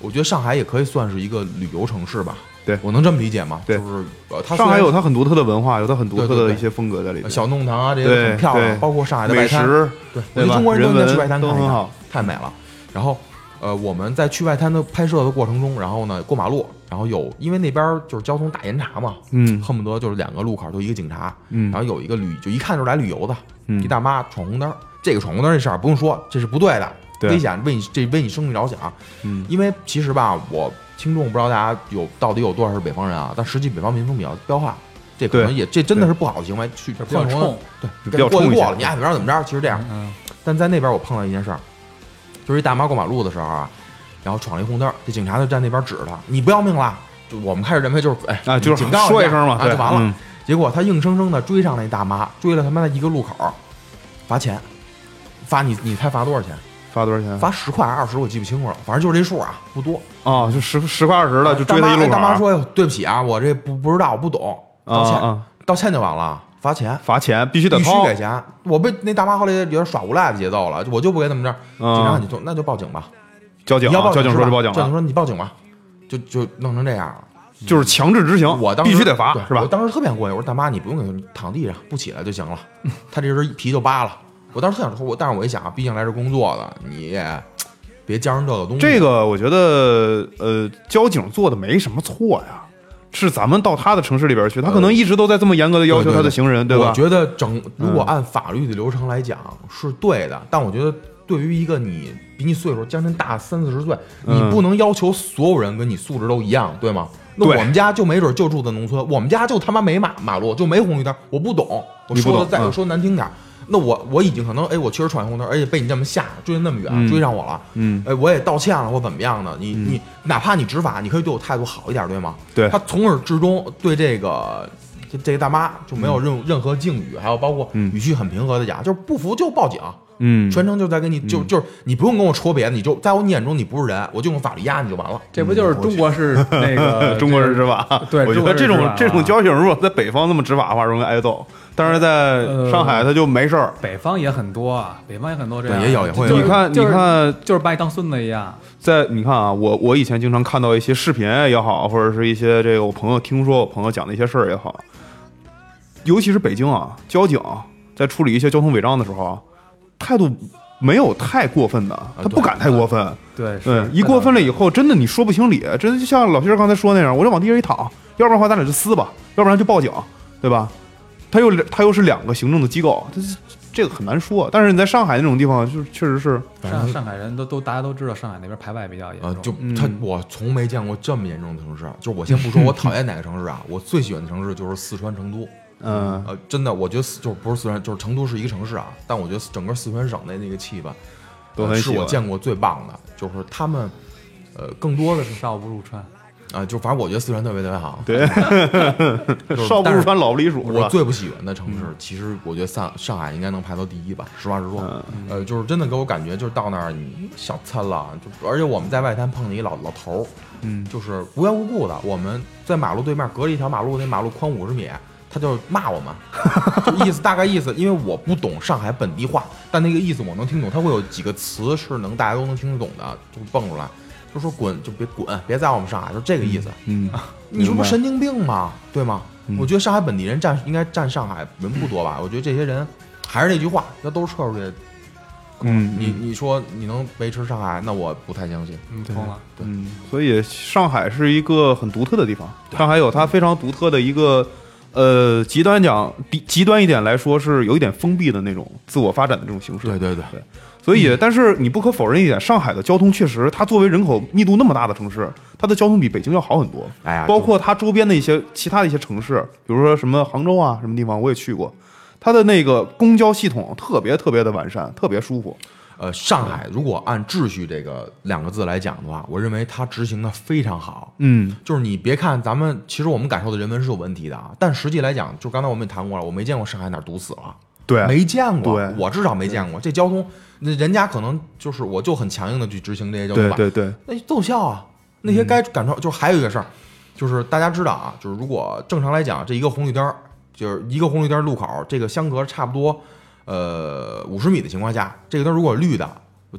C: 我觉得上海也可以算是一个旅游城市吧。
A: 对
C: 我能这么理解吗？
A: 对
C: 就是呃，它虽
A: 上海
C: 然
A: 有它很独特的文化，有它很独
C: 对对
A: 特的
C: 对
A: 一些风格在里面。
C: 小弄堂啊，这些
A: 对
C: 很漂亮，
A: 对
C: 包括上海的
A: 美
C: 外滩，
A: 食，
C: 对，我
A: 对
C: 觉得
A: 吧
C: 中国人都应该去
A: 人文
C: 外滩看
A: 都
C: 一
A: 很
C: 看
A: 好，
C: 太美了。然后，呃，我们在去外滩的拍摄的过程中，然后呢，过马路，然后有因为那边儿就是交通大严查嘛，
A: 嗯
C: 恨不得就是两个路口就一个警察，
A: 嗯
C: 然后有一个旅就一看就是来旅游的，
A: 嗯
C: 一大妈闯红灯儿，这个闯红灯儿这事儿不用说，这是不对的，
A: 对
C: 危险为你这为你生命着想，
A: 嗯
C: 因为其实吧，我听众不知道大家有到底有多少是北方人啊，但实际北方民风比较彪悍，这可能
A: 对
C: 也这真的是不好的行为，去
B: 比较
C: 碰红灯
B: 冲，
C: 对，你
A: 比较
C: 该过就
A: 冲一
C: 过
A: 下
C: 了，你爱怎么着怎么着，其实这样。
B: 嗯，
C: 但在那边我碰到一件事儿，就是一大妈过马路的时候啊，然后闯了一红灯儿，这警察就站那边指她，你不要命了。就我们开始认为就是哎，
A: 啊，就是
C: 警告下
A: 说一声嘛，
C: 啊
A: 对，
C: 就完了。
A: 嗯
C: 结果他硬生生的追上那大妈，追了他妈的一个路口，罚钱，罚你你猜罚多少钱？
A: 罚多少钱？
C: 罚十块还是二十，我记不清楚了，反正就是这数啊，不多。
A: 啊，就十十块二十的就追
C: 大
A: 他
C: 妈
A: 一路口啊
C: 大
A: 儿。
C: 妈说：“哎呦，对不起啊，我这不不知道，我不懂，
A: 啊
C: 道歉，
A: 啊，
C: 道歉就完了，罚钱。”
A: 罚钱必须得
C: 必须
A: 掏
C: 给钱。我被那大妈后来有点耍无赖的节奏了，我就不给他们这儿。
A: 嗯
C: 警察喊你就那就报警吧，
A: 交警
C: 你要
A: 啊，
C: 报
A: 交警
C: 是
A: 说
C: 吧
A: 就报警
C: 交警
A: 了，
C: 说你报警吧，就就弄成这样了。
A: 就是强制执行，
C: 嗯我当时
A: 必须得罚
C: 对
A: 是吧
C: 我？当时特别过意，我说大妈你不用给躺地上，不起来就
A: <laughs>
C: 行了。他这身皮就扒了，我当时特想说，我但是我一想啊，毕竟来这工作的，你也别交上这个东西。
A: 这个我觉得呃，交警做的没什么错呀，是咱们到他的城市里边去，他可能一直都在这么严格的要求
C: 呃对
A: 他
C: 对
A: 的
C: 对
A: 行人，吧嗯
C: 我？觉得整如果按法律的流程来讲是对的，但我觉得对于一个你比你岁数将近大三四十岁，你
A: 嗯
C: 不能要求所有人跟你素质都一样，对吗？那
A: 对
C: 我们家就没准就住在农村，我们家就他妈没马马路，就没红绿灯，我不懂。我
A: 你不
C: 说的
A: 懂
C: 再
A: 嗯
C: 说难听点儿，那我我已经可能哎，我确实闯红灯，而且被你这么吓，追那么远，
A: 嗯
C: 追上我了，
A: 嗯，
C: 哎，我也道歉了，或怎么样的？你、你哪怕你执法，你可以对我态度好一点，对吗？
A: 对
C: 他从始至终对这个这这个大妈就没有任、任何敬语，还有包括
A: 嗯
C: 语气很平和的讲，就是不服就报警，
A: 嗯，
C: 全程就在跟你就、就是你不用跟我戳别的，你就在我眼中你不是人，我就用法律压你就完了。嗯
B: 这不就是中国式那
A: <laughs>
B: 个
A: <laughs> 中国人执法，
B: 对
A: 我觉
B: 中
A: 得
B: 国人
A: 这
B: 执法
A: 种
B: 啊
A: 这种交警如果在北方那么执法的话，容易挨揍，但是在
B: 呃
A: 上海他就没事儿。
B: 北方也很多啊，北方也很多这样，
C: 对也有也会
B: 就
C: 有
B: 是
A: 你看，你
B: 就是
A: 看，
B: 就是把你当孙子一样，
A: 在你看啊，我我以前经常看到一些视频也好，或者是一些这个我朋友听说我朋友讲的一些事儿也好，尤其是北京啊，交警在处理一些交通违章的时候啊，态度没有太过分
C: 啊
A: 的，他不敢太过分。
B: 对，是
A: 嗯，一过分了以后，真的你说不清理，真就像老薛刚才说那样，我就往地上一躺，要不然的话咱俩就撕吧，要不然就报警，对吧？他又他又是两个行政的机构，这这个很难说。但是你在上海那种地方，就是确实是，
C: 反
B: 上
C: 正
B: 上海人都都大家都知道，上海那边排外比较严
C: 呃，
B: 重，
C: 就
A: 嗯
C: 他，我从没见过这么严重的城市。啊就是我先不说我讨厌哪个城市啊，我最喜欢的城市就是四川成都。
A: 嗯
C: 呃，真的，我觉得四就是不是四川，就是成都是一个城市啊，但我觉得整个四川省的那个气氛，
A: 都
C: 呃
A: 很
C: 是
A: 喜
C: 我
A: 欢
C: 见过最棒的，就是他们，呃，更多的是
B: 少不入川，
C: 啊、就反正我觉得四川特别特别好。
A: 对， <laughs>
C: 就是
A: 少不
C: 但
A: 入
C: 是
A: 川，老不离蜀，是
C: 我
A: 吧？
C: 最不喜欢的城市，其实我觉得上上海应该能排到第一吧，实话实说，
A: 嗯
C: 呃，就是真的给我感觉，就是到那儿你想参了，就而且我们在外滩碰见一老老头儿，
A: 嗯
C: 就是无缘无故的，我们在马路对面隔着一条马路，那马路宽五十米，他就
A: <laughs>
C: 骂我们，就意思大概意思，因为我不懂上海本地话，但那个意思我能听懂，他会有几个词是能大家都能听得懂的，就蹦出来，就说滚就别滚，别在我们上海，就这个意思。
A: 嗯，
C: 你这
A: 明
C: 不
A: 白
C: 神经病吗？对吗？
A: 嗯
C: 我觉得上海本地人占应该占上海人不多吧？我觉得这些人还是那句话，要都是撤出去，
A: 嗯，
C: 你你说你能维持上海，那我不太相信。
B: 嗯，通了，
A: 嗯，所以上海是一个很独特的地方，上海有它非常独特的一个，呃，极端讲极极端一点来说是有一点封闭的那种自我发展的这种形式。
C: 对对对，
A: 所以，但是你不可否认一点，上海的交通确实，它作为人口密度那么大的城市，它的交通比北京要好很多。
C: 哎呀，
A: 包括它周边的一些其他的一些城市，比如说什么杭州啊，什么地方我也去过，它的那个公交系统特别特别的完善，特别舒服。
C: 呃，上海如果按秩序这个两个字来讲的话，我认为它执行的非常好。
A: 嗯
C: 就是你别看咱们，其实我们感受的人文是有问题的啊，但实际来讲，就刚才我们也谈过了，我没见过上海哪儿堵死了。
A: 对啊
C: 没见过
A: 对，
C: 我至少没见过。这交通，那人家可能就是我就很强硬的去执行这些交通
A: 对
C: 法，
A: 对对，嗯
C: 那就奏效啊。那些该感受，就是还有一个事儿，就是大家知道啊，就是如果正常来讲，这一个红绿灯儿，就是一个红绿灯路口，这个相隔差不多呃五十米的情况下，这个灯如果绿的，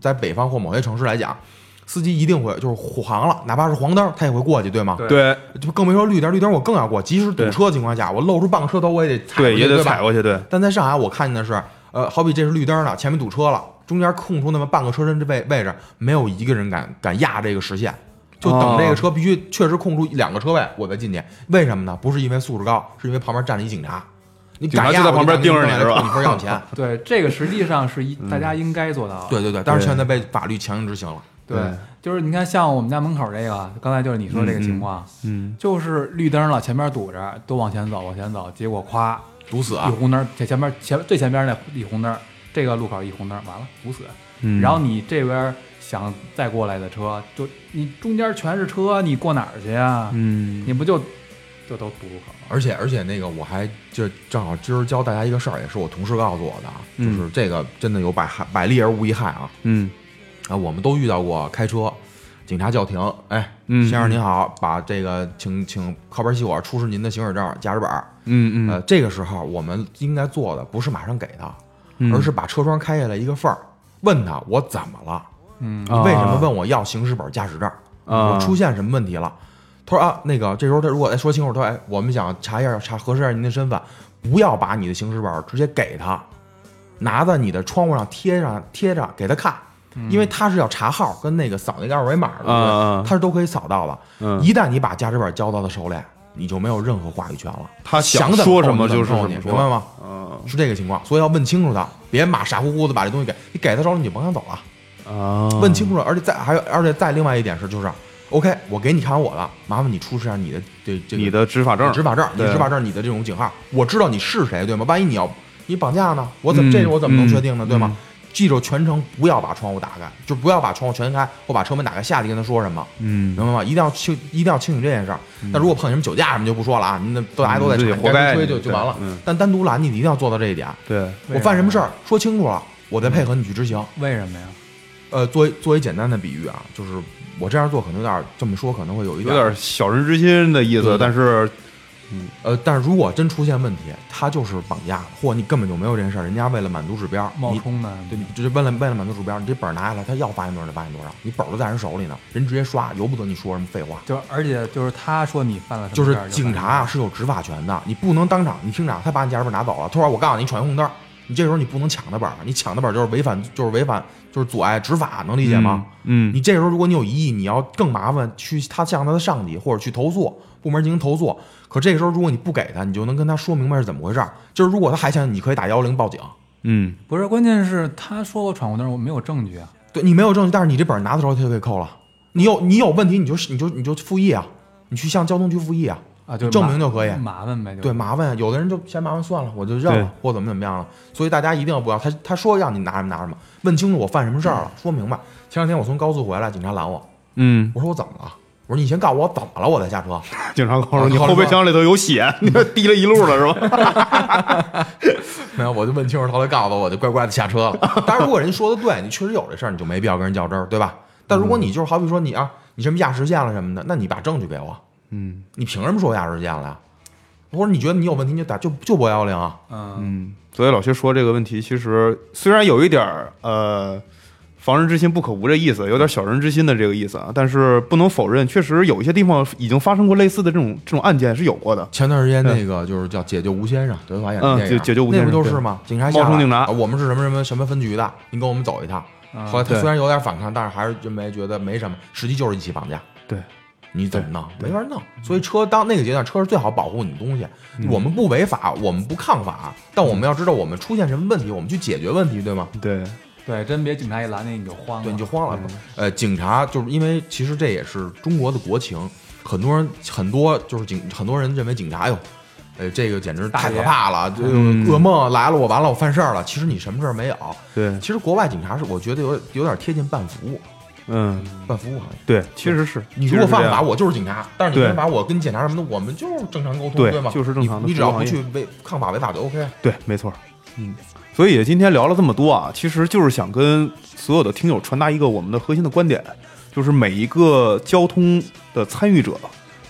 C: 在北方或某些城市来讲，司机一定会就是黄了，哪怕是黄灯，他也会过去，对吗？
D: 对
A: 对
C: 就更别说绿灯，绿灯我更要过，即使堵车的情况下，我露出半个车头我也得踩过去，
A: 也得
C: 吧
A: 踩过去，对，
C: 但在上海，我看见的是，呃，好比这是绿灯呢，前面堵车了，中间空出那么半个车身这位位置，没有一个人敢敢压这个实线，就等这个车必须确实空出两个车位，我再进去。为什么呢？不是因为素质高，是因为旁边站了一警察，你
A: 警察
C: 敢压
A: 就在
C: 我
A: 旁边
C: 就让
A: 盯着你
C: 过来
A: 是吧
C: 你分要你
A: <laughs>
C: 钱。
B: 对，这个实际上是一大家应该做到的。
C: 对对对，但是现在被法律强行执行了。
B: 对，就是你看，像我们家门口这个，刚才就是你说这个情况，嗯，就是绿灯了，前面堵着，都往前走，往前走，结果咵，
C: 堵死
B: 一
C: 啊！
B: 红灯，这前面前最前边那一红灯，这个路口一红灯，完了堵死。
C: 嗯
B: 然后你这边想再过来的车，就你中间全是车，你过哪儿去啊？
E: 嗯，
B: 你不就就都堵路口了？
C: 而且而且那个我还就正好今儿教大家一个事儿，也是我同事告诉我的啊，就是这个真的有百害百利而无一害啊。
A: 嗯
C: 啊，我们都遇到过开车，警察叫停，哎，
A: 嗯
C: 先生您好，把这个请请靠边熄火，出示您的行驶证、驾驶本儿。
A: 嗯
C: 呃，这个时候我们应该做的不是马上给他，
A: 嗯
C: 而是把车窗开下来一个缝儿，问他我怎么了，
B: 嗯，
C: 你为什么问我要行驶本、驾驶证？
A: 啊
C: 我出现什么问题了？他说啊，那个这时候他如果哎说清楚，他说哎，我们想查一下查核实一下您的身份，不要把你的行驶本直接给他，拿在你的窗户上贴上贴着给他看，因为他是要查号跟那个扫那个二维码的，对不对
A: 嗯啊啊
C: 他是都可以扫到的。
A: 嗯
C: 一旦你把驾驶本交到他手里，你就没有任何话语权了。
A: 他
C: 想
A: 想
C: 怎
A: 说
C: 扣
A: 什
C: 你
A: 么
C: 怎
A: 就是
C: 扣
A: 什
C: 你，
A: 么
C: 明白吗？
A: 嗯
C: 是这个情况，所以要问清楚他，别马傻乎乎的把这东西给你给他手里，你甭想走了。
A: 啊，
C: 问清楚了，而且再还有，而且再另外一点是，就是，OK，我给你看我的，麻烦你出示一下你的这这个
A: 你的执法证，
C: 执法证，你的
A: 对
C: 执法证，你的这种警号，我知道你是谁，对吗？万一你要你绑架呢，我怎么
A: 嗯
C: 这我怎么能确定呢，
A: 嗯
C: 对吗？记住全程不要把窗户打开，就不要把窗户全开或把车门打开，下去跟他说什么，
A: 嗯
C: 明白吗？一定要清，一定要清醒这件事儿。那如果碰见什么酒驾什么就不说了啊，那都大家都在
A: 嗯自己
C: 场
A: 活该
C: 该追就
A: 你
C: 就完了
A: 对嗯。
C: 但单独拦你，你一定要做到这一点。
A: 对，啊
C: 我犯什么事儿说清楚了，我再配合你去执行。
B: 为什么呀？
C: 呃，作为作为简单的比喻啊，就是我这样做可能有点儿这么说可能会有一
A: 有
C: 点
A: 点小人之心的意
C: 对对
A: 思，但是
C: 呃，但是如果真出现问题，他就是绑架，或你根本就没有这件事儿，人家为了满足指标，
B: 冒
C: 你
B: 充的，
C: 对，你就是为了为了满足指标，你这本儿拿下来，他要罚你多少就罚你多少，你本儿都在人手里呢，人直接刷，由不得你说什么废话。
B: 就而且就是他说你犯了什
C: 就
B: 么事
C: 是
B: 儿，就
C: 警
B: 犯
C: 察
B: 了
C: 啊是有执法权的，你不能当场，你听着啊，他把你驾驶本拿走了，他说我告诉你你闯红灯儿，你这时候你不能抢他本儿，啊你抢他本儿就是违反，就是违反，就是阻碍执法，能理解吗？
A: 嗯
C: 你这时候如果你有异议，你要更麻烦去他向他的上级或者去投诉部门进行投诉。可这个时候如果你不给他，你就能跟他说明白是怎么回事儿。就是如果他还想，你可以打幺幺零报警。
A: 嗯
B: 不是，关键是他说我闯红灯，我没有证据啊。
C: 对你没有证据，但是你这本儿拿的时候他就给扣了。你有你有问题，你就是你就你就复议啊，你去向交通局复议啊，
B: 啊，就
C: 证
B: 麻
C: 明就可以
B: 麻烦呗，就
C: 对，麻烦呀，有的人就嫌麻烦算了，我就认了，或怎么怎么样了。所以大家一定要不要他他说让你拿什么拿什么，问清楚我犯什么事儿了，说明白。前两天我从高速回来，警察拦我，
A: 嗯，
C: 我说我怎么了？我说你先告诉我怎么了，我再下车。
A: 警察告诉
C: 啊
A: 我你
C: 告诉
A: 后备
C: 说
A: 箱里头有 <laughs> 血，你这滴了一路了是吧？
C: <laughs> 没有，我就问清楚他的告诉我，我就乖乖的下车 <laughs> 了。当然，如果人说的对，你确实有这事儿，你就没必要跟人较真儿，对吧？但如果你就是好比说你啊，你什么压实线了什么的，那你把证据给我，
A: 嗯
C: 你凭什么说我压实线了呀？或者你觉得你有问题，你就打就就拨幺幺零啊。
B: 嗯，
A: 嗯， <laughs> 所以老薛说这个问题，其实虽然有一点儿呃。防人之心不可无这意思，有点小人之心的这个意思啊，但是不能否认，确实有一些地方已经发生过类似的这种这种案件是有过的。
C: 前段时间那个就是叫《解救吴先生》，德云华演的
A: 嗯
C: 电影，
A: 解解救吴
C: 那
A: 先
C: 不
A: 生
C: 都是
A: 对
C: 吗？警察
A: 冒
C: 下
A: 充
C: 来
A: 警察
C: 啊我们是什么什么什么分局的，您跟我们走一趟。
B: 嗯
C: 后来
A: 嗯
C: 他
A: 对
C: 虽然有点反抗，但是还是认为觉得没什么，实际就是一起绑架。
A: 对，
C: 你怎么弄？没法弄。所以车当那个阶段，车是最好保护你的东西。
A: 嗯
C: 我们不违法，我们不抗法，但我们要知道我们出现什么问题，我们去解决问题，对吗？
A: 对，
B: 对，真别警察一拦你你就
A: 嗯
B: 慌了，
C: 对，你就慌了。呃，警察就是因为其实这也是中国的国情，很多人很多就是警很多人认为警察哟，呃，这个简直
B: 大
C: 太可
B: 爷
C: 怕了，这个
A: 嗯
C: 噩梦来了，我完了，我犯事儿了。其实你什么事儿没有。
A: 对，
C: 其实国外警察是我觉得有有点贴近办服务，
A: 嗯，
C: 办服务行业。
A: 对，其实是
C: 你如果犯法，
A: 法，
C: 我就是警察；但是你
A: 对
C: 犯法，我跟检察什么的，我们就是正常沟通，
A: 对
C: 吗？
A: 就是正常的
C: 你。你只要
A: 服务
C: 不
A: 行
C: 去违抗法违法就 OK 了。
A: 对，没错，嗯，所以今天聊了这么多啊，其实就是想跟所有的听友传达一个我们的核心的观点，就是每一个交通的参与者，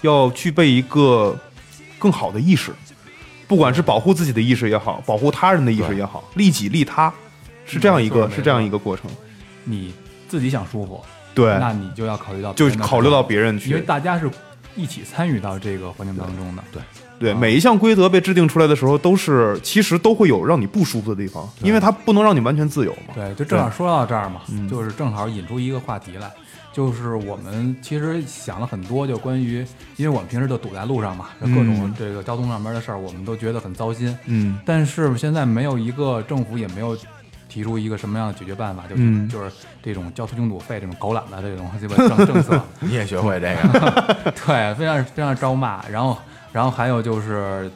A: 要具备一个更好的意识，不管是保护自己的意识也好，保护他人的意识也好，利己利他，是这样一
B: 没
A: 个
B: 错
A: 是这样一个过程。
B: 你自己想舒服，
A: 对，
B: 那你就要考虑到
A: 就
B: 别人的
A: 考虑到别人
B: 因为
A: 去。
B: 大家是一起参与到这个环境当中的。对，
A: 对，
B: 啊
A: 每一项规则被制定出来的时候，都是其实都会有让你不舒服的地方，因为它不能让你完全自由嘛。
B: 对，就正好说到这儿嘛，
A: 嗯
B: 就是正好引出一个话题来，就是我们其实想了很多，就关于，因为我们平时就堵在路上嘛，各种这个交通上面的事儿，我们都觉得很糟心。
A: 嗯，
B: 但是现在没有一个政府也没有提出一个什么样的解决办法，就是、
A: 嗯
B: 就是这种交通拥堵费这种狗懒的这种基本政政策，
C: <laughs> 你也学会这 <laughs> 个，
B: <laughs> 对，非常非常招骂。然后，然后还有就是，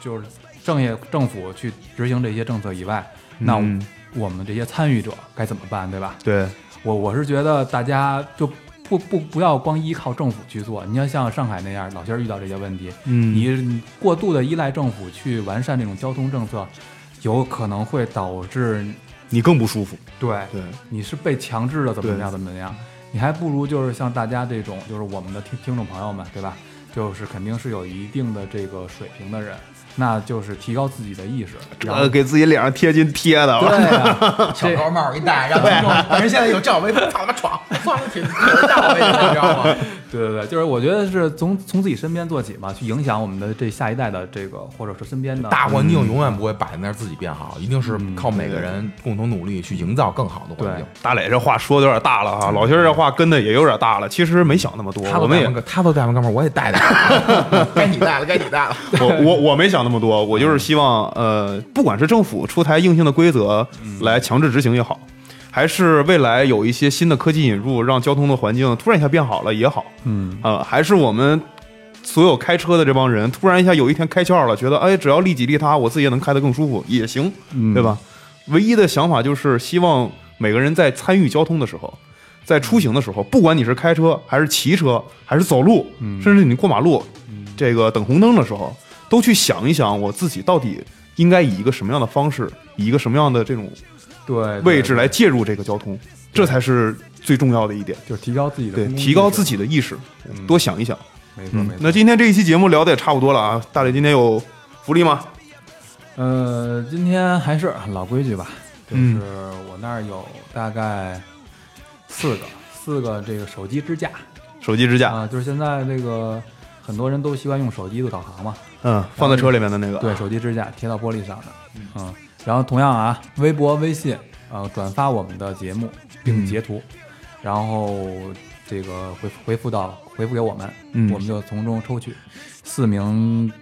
B: 就是政业政府去执行这些政策以外，那
A: 嗯
B: 我们这些参与者该怎么办，对吧？
A: 对，
B: 我我是觉得大家就不不不要光依靠政府去做，你要像上海那样，老先儿遇到这些问题，
A: 嗯
B: 你过度的依赖政府去完善这种交通政策，有可能会导致
A: 你更不舒服。
B: 对
A: 对，
B: 你是被强制的怎么
A: 对
B: 样怎么样，你还不如就是像大家这种，就是我们的听听众朋友们，对吧？就是肯定是有一定的这个水平的人，那就是提高自己的意识，然后
A: 这给自己脸上贴金贴的，
B: <laughs> 对啊，
C: 小
B: 这
C: 高帽一戴，让观众，反正现在有这威风，操他妈闯，算了，挺大威风，你知道吗？
B: 对对对，就是我觉得是从从自己身边做起嘛，去影响我们的这下一代的这个，或者是身边的
C: <laughs> 大环
A: 嗯
C: 境永远不会摆在那儿自己变好，一定是靠每个人共同努力去营造更好的环境。
A: 大磊这话说的有点大了哈，老薛这话跟的也有点大了。其实没想那么多，
C: 他
A: 我
C: 都
A: 们
C: 戴
A: 也
C: 完个，他都戴完高帽，我也戴戴， <laughs> 该你戴了，该你戴了。
A: 我我我没想那么多，我就是希望呃，不管是政府出台硬性的规则来强制执行也好，还是未来有一些新的科技引入，让交通的环境突然一下变好了也好，
B: 嗯，
A: 啊，还是我们所有开车的这帮人突然一下有一天开窍了，觉得哎，只要利己利他，我自己也能开得更舒服，也行，对
B: 嗯
A: 吧？唯一的想法就是希望每个人在参与交通的时候，在出行的时候，
B: 嗯
A: 不管你是开车还是骑车还是走路，甚至你过马路，
B: 嗯
A: 这个等红灯的时候，都去想一想我自己到底应该以一个什么样的方式，以一个什么样的这种
B: 嗯对
A: 位置，来
B: 对
A: 介入这个交通，这才是最重要的一点。
B: 就是提高自己的
A: 对，
B: 公共
A: 提高
B: 意识
A: 自，己的意识，多想一想。
B: 没嗯错没错。
A: 那今天这一期节目聊的也差不多了啊，大磊今天有福利吗？
B: 呃，今天还是老规矩吧，就是
A: 嗯
B: 我那儿有大概四个四个这个手机支架
A: 手机支架，
B: 啊，就是现在这个很多人都习惯用手机做导航嘛，
A: 嗯，放在车里面的那个，
B: 对，手机支架贴到玻璃上的，嗯，然后同样啊，微博、微信，呃，转发我们的节目并截图，然后这个回复回复到回复给我们，
A: 嗯
B: 我们就从中抽取四名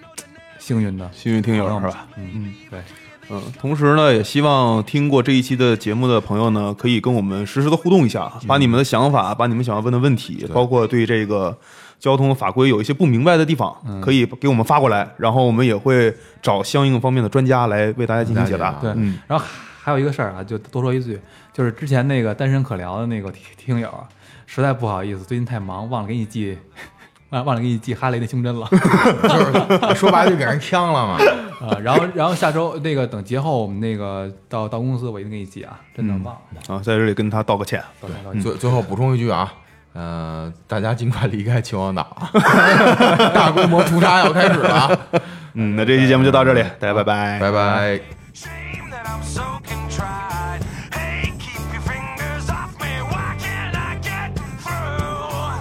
B: 幸运的
A: 幸运听友
B: 朋友
A: 是
B: 们
A: 吧？？
B: 嗯，对，
A: 嗯，同时呢，也希望听过这一期的节目的朋友呢，可以跟我们实时的互动一下，把你们的想法，把你们想要问的问题，包括对这个交通法规有一些不明白的地方，可以给我们发过来，然后我们也会找相应方面的专家来为大家进行解答。
C: 了解
B: 对，
A: 嗯
B: 然后还有一个事儿啊，就多说一句，就是之前那个单身可聊的那个听听友啊，实在不好意思，最近太忙，忘了给你寄， <laughs> 忘忘了给你寄哈雷的胸针了 <laughs>
C: 就是说白了就给人呛了嘛。
B: 啊。然后，然后下周那个等节后我们那个到到公司，我一定给你寄啊，真的忘了。
A: 啊，在这里跟他道个歉。
B: 到时候
C: 最最后补充一句啊，呃，大家尽快离开秦皇岛啊，大规模屠杀要开始了啊，
A: 嗯，那这期节目就到这里，大家拜拜，
C: 拜拜。
F: Shame that I'm so contrite. Hey, keep your fingers off me. Why can't I get through?